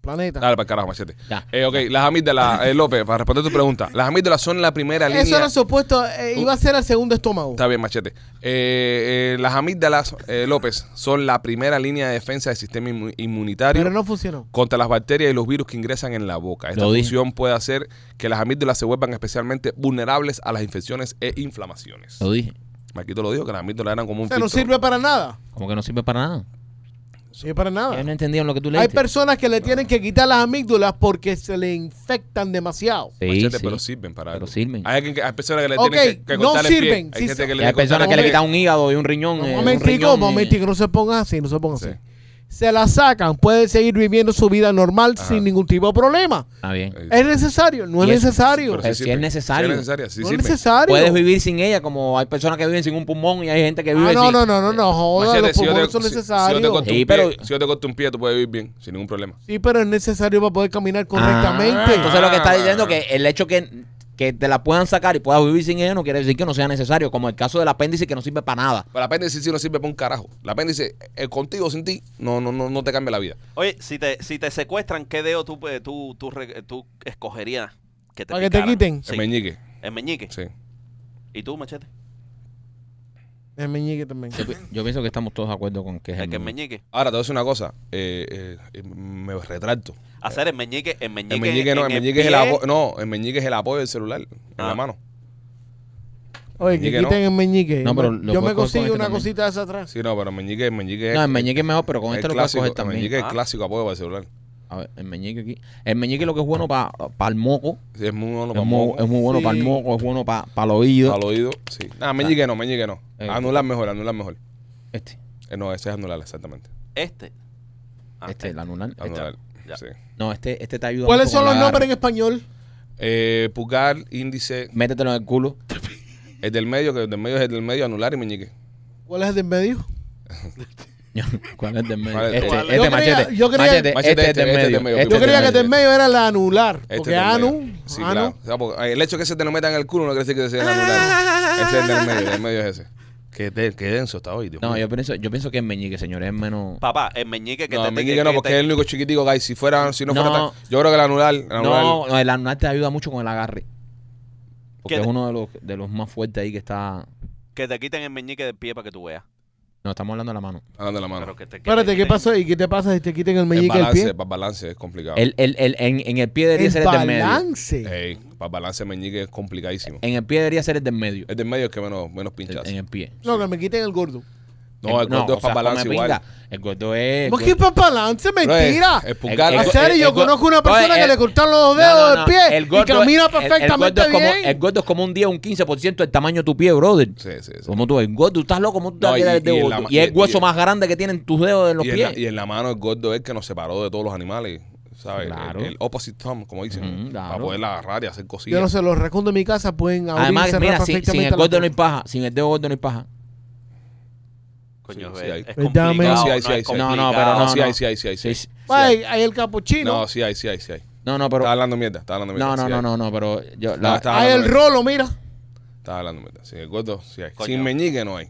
S3: planeta.
S1: Dale para el carajo, machete.
S2: Ya.
S1: Eh, ok, las amígdalas, eh, López, para responder tu pregunta. Las amígdalas son la primera línea.
S3: Eso era supuesto, eh, iba a ser el segundo estómago.
S1: Está bien, machete. Eh, eh, las amígdalas, eh, López, son la primera línea de defensa del sistema inmu- inmunitario
S3: Pero no funcionó.
S1: contra las bacterias y los virus que ingresan en la boca. Esta
S2: Lo dije.
S1: función puede hacer que las amígdalas se vuelvan especialmente vulnerables a las infecciones e inflamaciones.
S2: Lo dije.
S1: Marquito lo dijo, que las amígdalas eran como
S3: O
S1: un
S3: sea, no
S1: filtro.
S3: sirve para nada.
S2: Como que no sirve para nada.
S3: No sirve para nada.
S2: Yo no entendía lo que tú
S3: Ah. Hay
S2: leíste.
S3: personas que le tienen que quitar las amígdalas porque se le infectan demasiado.
S2: Sí,
S1: Machete,
S2: sí.
S1: pero sirven para
S2: Pero
S1: algo.
S2: sirven.
S1: Hay, alguien que- hay personas que le
S3: Ok,
S1: tienen que, que
S3: no
S1: cortar el pie.
S3: sirven,
S1: Hay
S3: sí
S1: gente que
S2: Y
S1: le
S2: hay
S1: cortan-
S2: personas que le
S3: Hombre.
S2: quitan un hígado y un riñón. eh,
S3: Un
S2: un
S3: momentico,
S2: riñón,
S3: un
S2: eh.
S3: momentico, no se pongan así, no se pongan
S1: Sí.
S3: así. Se la sacan, pueden seguir viviendo su vida normal
S1: Ajá.
S3: sin ningún tipo de problema.
S2: Está bien.
S1: Eh,
S3: ¿Es necesario? No es
S2: Y eso-
S3: necesario.
S1: pero
S2: si es
S1: sirven.
S2: necesario.
S1: Si es necesario, sí
S3: no es
S1: sirven.
S3: necesario.
S2: Puedes vivir sin ella, como hay personas que viven sin un pulmón y hay gente que vive
S3: Ah, no,
S2: sin.
S3: no, no, no, no, joda,
S1: Machete,
S3: los
S1: si yo te-
S3: pulmones son
S1: si- si yo te corto
S3: necesarios.
S1: un
S2: Sí,
S1: pie-
S2: pero-
S1: Si yo te corto un pie, tú puedes vivir bien, sin ningún problema.
S3: Sí, pero es necesario para poder caminar correctamente.
S2: Ah, entonces lo que está
S1: Ah.
S2: diciendo que el hecho que, que te la puedan sacar y puedas vivir sin ella no quiere decir que no sea necesario, como el caso del apéndice que no sirve para nada.
S1: Pero el apéndice sí no sirve para un carajo. El apéndice, eh, contigo o sin ti, no, no, no, no te cambia la vida.
S4: Oye, si te, si te secuestran, ¿qué dedo tú, eh, tú, tú, re- tú escogerías que te
S3: Para que te
S4: picaran?
S3: quiten.
S4: Sí,
S1: El meñique.
S4: el meñique.
S1: Sí.
S4: ¿Y tú, machete?
S3: El meñique también.
S2: Yo pienso que estamos todos de acuerdo con que es
S4: El que es
S2: el
S4: meñique.
S1: Ahora, te voy a decir una cosa. eh, eh, me retracto.
S4: Hacer el meñique, el meñique.
S1: El meñique no,
S4: en
S1: el meñique es el
S4: pie.
S1: apoyo. No, el meñique es el apoyo del celular en
S4: Ah.
S1: la mano.
S3: Oye, que
S1: Meñique no.
S3: quiten el meñique.
S2: No, pero lo
S3: yo
S2: puedes
S3: me
S2: coger con
S3: consigo
S2: este
S3: una
S2: también.
S3: cosita de esa atrás.
S1: Sí, no, pero el meñique, el meñique es.
S2: No, el meñique es mejor, pero con
S1: el
S2: este lo puedes
S1: clásico,
S2: coger
S1: El
S2: también.
S1: meñique es
S4: Ah.
S1: el clásico apoyo para el celular.
S2: A ver, el meñique aquí. El meñique lo que es bueno para el moco.
S1: Sí, es muy bueno para
S2: Es
S1: el
S2: muy,
S1: moco,
S2: es muy bueno
S3: Sí.
S2: para el moco, es bueno para el oído.
S1: para el oído. Sí. Ah, meñique no, meñique no.
S2: Eh.
S1: Anular mejor, anular mejor.
S2: Este,
S1: Eh, no, ese es anular, exactamente.
S4: Este. Ah,
S2: este, el anular. este.
S1: Anular.
S4: ya.
S1: Sí.
S2: No, este, este te ayuda.
S3: ¿Cuáles
S2: mucho
S3: son
S2: con
S3: los
S2: la garra.
S3: nombres en español?
S1: Eh, pulgar, índice,
S2: Métetelo en el culo.
S1: el del medio, que el del medio es el del medio, anular y meñique.
S3: ¿Cuál es el del medio?
S2: ¿Cuál es del medio?
S1: ¿Cuál es?
S2: Este,
S1: ¿Cuál
S3: es?
S2: este
S3: Yo creía-
S2: machete.
S3: yo creía-
S2: machete,
S1: Machete,
S2: este, es del
S1: este, este
S2: medio.
S1: del medio.
S2: Este
S3: Yo
S2: es del
S3: creía que el del
S2: medio.
S3: medio era el anular.
S1: Este
S3: porque
S1: del
S3: anu,
S1: medio. Sí,
S3: anu. Ah.
S1: claro. O sea, porque el hecho de que se te lo metan en el culo no quiere decir que sea el anular. Ese es el del medio, el del medio es ese. Qué, de- qué denso está hoy, Dios
S2: No,
S1: mío.
S2: yo pienso, yo pienso que es meñique, señores, es menos.
S4: Papá, el meñique que
S1: no,
S4: te
S1: el meñique no,
S4: que
S1: porque
S4: te-
S1: es el único chiquitico que hay. Si fuera, si no, fuera
S2: No.
S1: tan- Yo creo que el anular. El anular
S2: No, no, el anular te ayuda mucho con el agarre. Porque
S4: ¿Qué
S2: es
S4: te-
S2: uno de los, de los más fuertes ahí que está.
S4: que te quiten el meñique del pie para que tú veas.
S2: No, estamos hablando de la mano.
S1: Hablando de la mano.
S4: Pero que te- que te
S3: Espérate, ¿qué
S4: quiten-
S3: pasó? ¿Y qué te pasa si te quiten el
S1: el
S3: meñique del
S1: balance,
S3: pie?
S1: para balance es complicado.
S2: El, el, el, en, en el pie debería
S3: El
S2: ser el del medio. Eh.
S3: balance.
S1: para balance meñique es complicadísimo.
S2: En el pie debería ser el del medio.
S1: El del medio es que menos, menos pinchazo.
S2: En el pie.
S3: No, que me quiten el gordo.
S1: No, el gordo
S2: o
S1: es para
S2: sea,
S1: balance
S2: come
S1: igual.
S2: pinga. El gordo es.
S3: ¿Por qué para balance?
S2: Pues,
S1: No, es-
S3: Mentira.
S1: El pulgar.
S2: El-
S3: En
S2: el-
S3: serio, yo
S2: go-
S3: conozco una
S2: no,
S3: persona que
S2: el-
S3: le cortaron los
S2: eh, No, no,
S3: dedos
S2: no,
S3: del pie
S2: el gordo
S3: y camina
S2: es- el- el
S3: perfectamente
S2: gordo es como-
S3: bien.
S2: El gordo es como un día un 15% del tamaño de tu pie, brother.
S1: sí, sí, sí.
S2: Como tú, el gordo, tú estás loco, como tú te
S1: No,
S2: vas a
S1: y-
S2: quedar el
S1: y
S2: dedo
S1: en
S2: gordo?
S1: la ma-
S2: Y es el
S1: y-
S2: hueso
S1: y-
S2: más grande que tienen tus dedos en los
S1: Y en, la,
S2: pies.
S1: y en la mano el gordo es el que nos separó de todos los animales, ¿sabes? El-
S2: Claro.
S1: El, opposite thumb, como dicen,
S2: Ujú, claro.
S1: para poder agarrar y hacer cosillas.
S3: Yo no sé, los raccoons de mi casa pueden abrir y
S2: Además,
S3: cerrar
S2: mira, si- sin,
S3: perfectamente
S2: el
S3: la
S2: gordo no
S3: puerta.
S2: hay paja. Sin el dedo gordo no hay paja.
S4: Coño,
S1: Sí, sí,
S4: es-
S1: ahí.
S4: es
S3: Dame-
S4: complicado,
S3: No,
S1: sí, ahí,
S4: no
S1: sí,
S4: es
S1: ahí, sí.
S2: No, no,
S4: complicado.
S2: pero
S1: No, sí
S2: no.
S1: hay, sí hay, sí hay. Sí,
S2: Sí,
S1: hay.
S2: sí.
S3: Ay, Hay el capuchino,
S1: No, sí hay, sí hay, sí hay.
S2: No, no, pero.
S1: Estaba hablando mierda, estaba hablando mierda.
S2: No, no,
S1: sí
S2: no,
S1: hay.
S2: no, no, pero. Yo, la-
S1: Ah, está.
S3: hay el rolo, mira.
S1: Estaba hablando mierda. Sin el gordo, sí hay.
S4: Coño.
S1: Sin meñique no hay.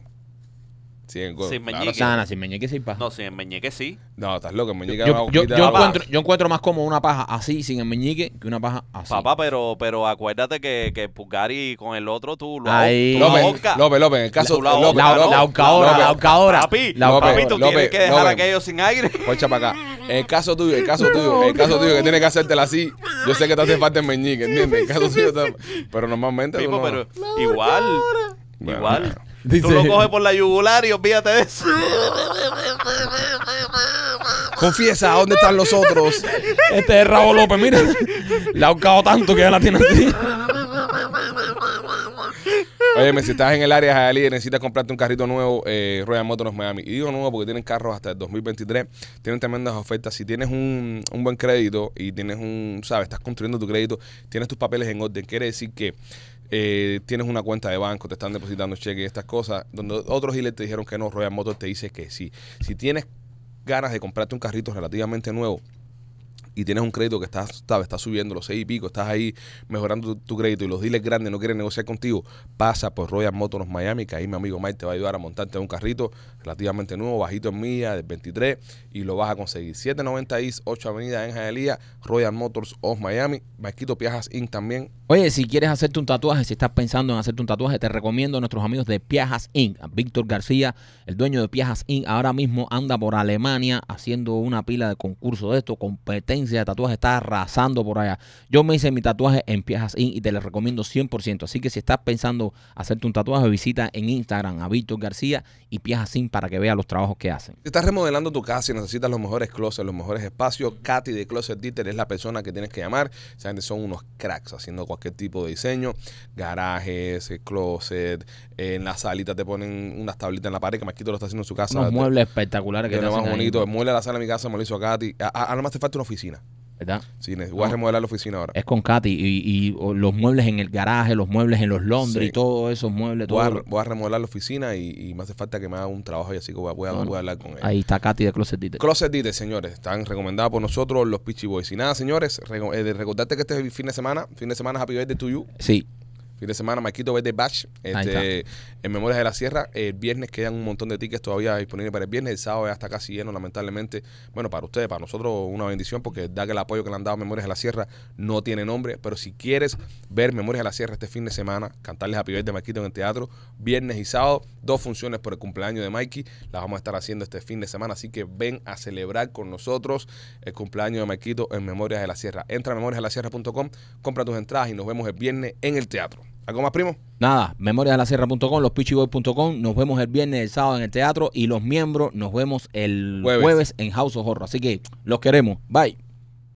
S1: Sin el gordo.
S4: Sin
S1: claro,
S4: meñique.
S1: sí.
S2: Nah, nah, sin meñique sí hay paja.
S4: No, si el meñique sí.
S1: No, estás loco, el meñique
S2: yo,
S1: es una
S2: yo- yo
S1: boquita de la
S2: encuentro, yo encuentro más cómodo una paja así, sin el meñique, que una paja así.
S4: Papá, pero, pero acuérdate que, que Pugari con el otro tú lo
S2: Ahí.
S4: tú lo
S1: López,
S4: ahorcas.
S1: López, López, en el caso
S4: La- la-
S1: López,
S2: la,
S1: López,
S2: la ahorcadora, la
S1: López,
S2: ahorcadora.
S4: Papi,
S2: La
S1: López,
S4: papi, tú tienes
S1: López,
S4: que dejar
S1: López.
S4: aquello sin aire.
S1: Concha para acá. En el caso tuyo, en el caso tuyo, en el caso tuyo que tienes que hacértela así, yo sé que te hace falta el meñique, ¿entiendes? En el caso tuyo, te- pero normalmente tú
S4: Pipo,
S1: no-
S4: pero igual,
S1: Bueno,
S4: igual.
S1: bueno.
S2: Dice-
S4: Tú lo coges por la yugular y olvídate de eso.
S1: Confiesa, ¿dónde están los otros?
S2: Este es Raúl López,
S1: <laughs>
S2: mira. La ha ahorcado tanto que ya la tiene así.
S1: Oye, si estás en el área de Hialeah y necesitas comprarte un carrito nuevo, eh, Royal Motors Miami. Y digo nuevo porque tienen carros hasta el 2023. Tienen tremendas ofertas. Si tienes un, un buen crédito y tienes un, sabes, estás construyendo tu crédito, tienes tus papeles en orden, quiere decir que eh, tienes una cuenta de banco, te están depositando cheques y estas cosas, donde otros dealers te dijeron que no, Royal Motors te dice que sí. Si tienes ganas de comprarte un carrito relativamente nuevo, y tienes un crédito que estás, sabes, estás subiendo los seis y pico, estás ahí mejorando tu, tu crédito y los dealers grandes no quieren negociar contigo, pasa por Royal Motors Miami, que ahí mi amigo Mike te va a ayudar a montarte un carrito relativamente nuevo, bajito en milla, del 23, y lo vas a conseguir. 790 East, 8 Avenida en Jaelía, Royal Motors of Miami, Marquito Piajas Inc. también.
S2: Oye, si quieres hacerte un tatuaje, si estás pensando en hacerte un tatuaje, te recomiendo a nuestros amigos de Piajas Inc. A Víctor García, el dueño de Piajas Inc. Ahora mismo anda por Alemania haciendo una pila de concurso de esto, competencia de tatuaje, está arrasando por allá. Yo me hice mi tatuaje en Piajas Inc. y te lo recomiendo 100%. Así que si estás pensando hacerte un tatuaje, visita en Instagram a Víctor García y Piajas Inc. para que veas los trabajos que hacen.
S1: Si estás remodelando tu casa y necesitas los mejores closets, los mejores espacios, Katy de Closet Dieter es la persona que tienes que llamar. Esa gente son unos cracks haciendo cualquier tipo de diseño, garajes, eh, closet, eh, en la salita te ponen unas tablitas en la pared que Marquito lo está haciendo en su casa.
S2: Unos
S1: Te-
S2: muebles espectaculares que
S1: Que
S2: te
S1: lo más
S2: hacen ahí,
S1: bonito, el mueble de la sala de mi casa me lo hizo Katy. Ah, A- a- Ahora más te falta una oficina.
S2: ¿verdad?
S1: Sí, ne- voy a
S2: No.
S1: remodelar la oficina ahora.
S2: Ah. Es con Katy y, y, o, los muebles en el garaje, los muebles en los Londres
S1: Sí.
S2: y todos esos muebles.
S1: Voy a,
S2: todo-
S1: re- voy a remodelar la oficina y, y me hace falta que me haga un trabajo y así que voy a, voy a-
S2: No, no.
S1: voy a hablar con ella.
S2: Ahí está Katy de Closet Dieter.
S1: Closet Dieter, señores, están recomendados por nosotros los Pitchy Boys. Y nada, señores, reco- eh, de- recordarte que este fin de semana, fin de semana Happy Birthday to You,
S2: Sí,
S1: fin Fin de semana, Marquito Verde Batch, este, en Memorias de la Sierra. El viernes quedan un montón de tickets todavía disponibles para el viernes. El sábado ya está casi lleno, lamentablemente. Bueno, para ustedes, para nosotros, una bendición, porque da que el apoyo que le han dado a Memorias de la Sierra no tiene nombre. Pero si quieres ver Memorias de la Sierra este fin de semana, cantarles a Pibet de Marquito en el teatro, viernes y sábado, dos funciones por el cumpleaños de Mikey. Las vamos a estar haciendo este fin de semana. Así que ven a celebrar con nosotros el cumpleaños de Marquito en Memorias de la Sierra. Entra a memoriasdelasierra.com, compra tus entradas y nos vemos el viernes en el teatro. ¿Algo más, primo?
S2: Nada, memoriasdelasierra.com, lospichiboy.com, nos vemos el viernes, el sábado en el teatro y los miembros nos vemos el
S1: Jueves.
S2: jueves, en House of Horror. Así que los queremos. Bye.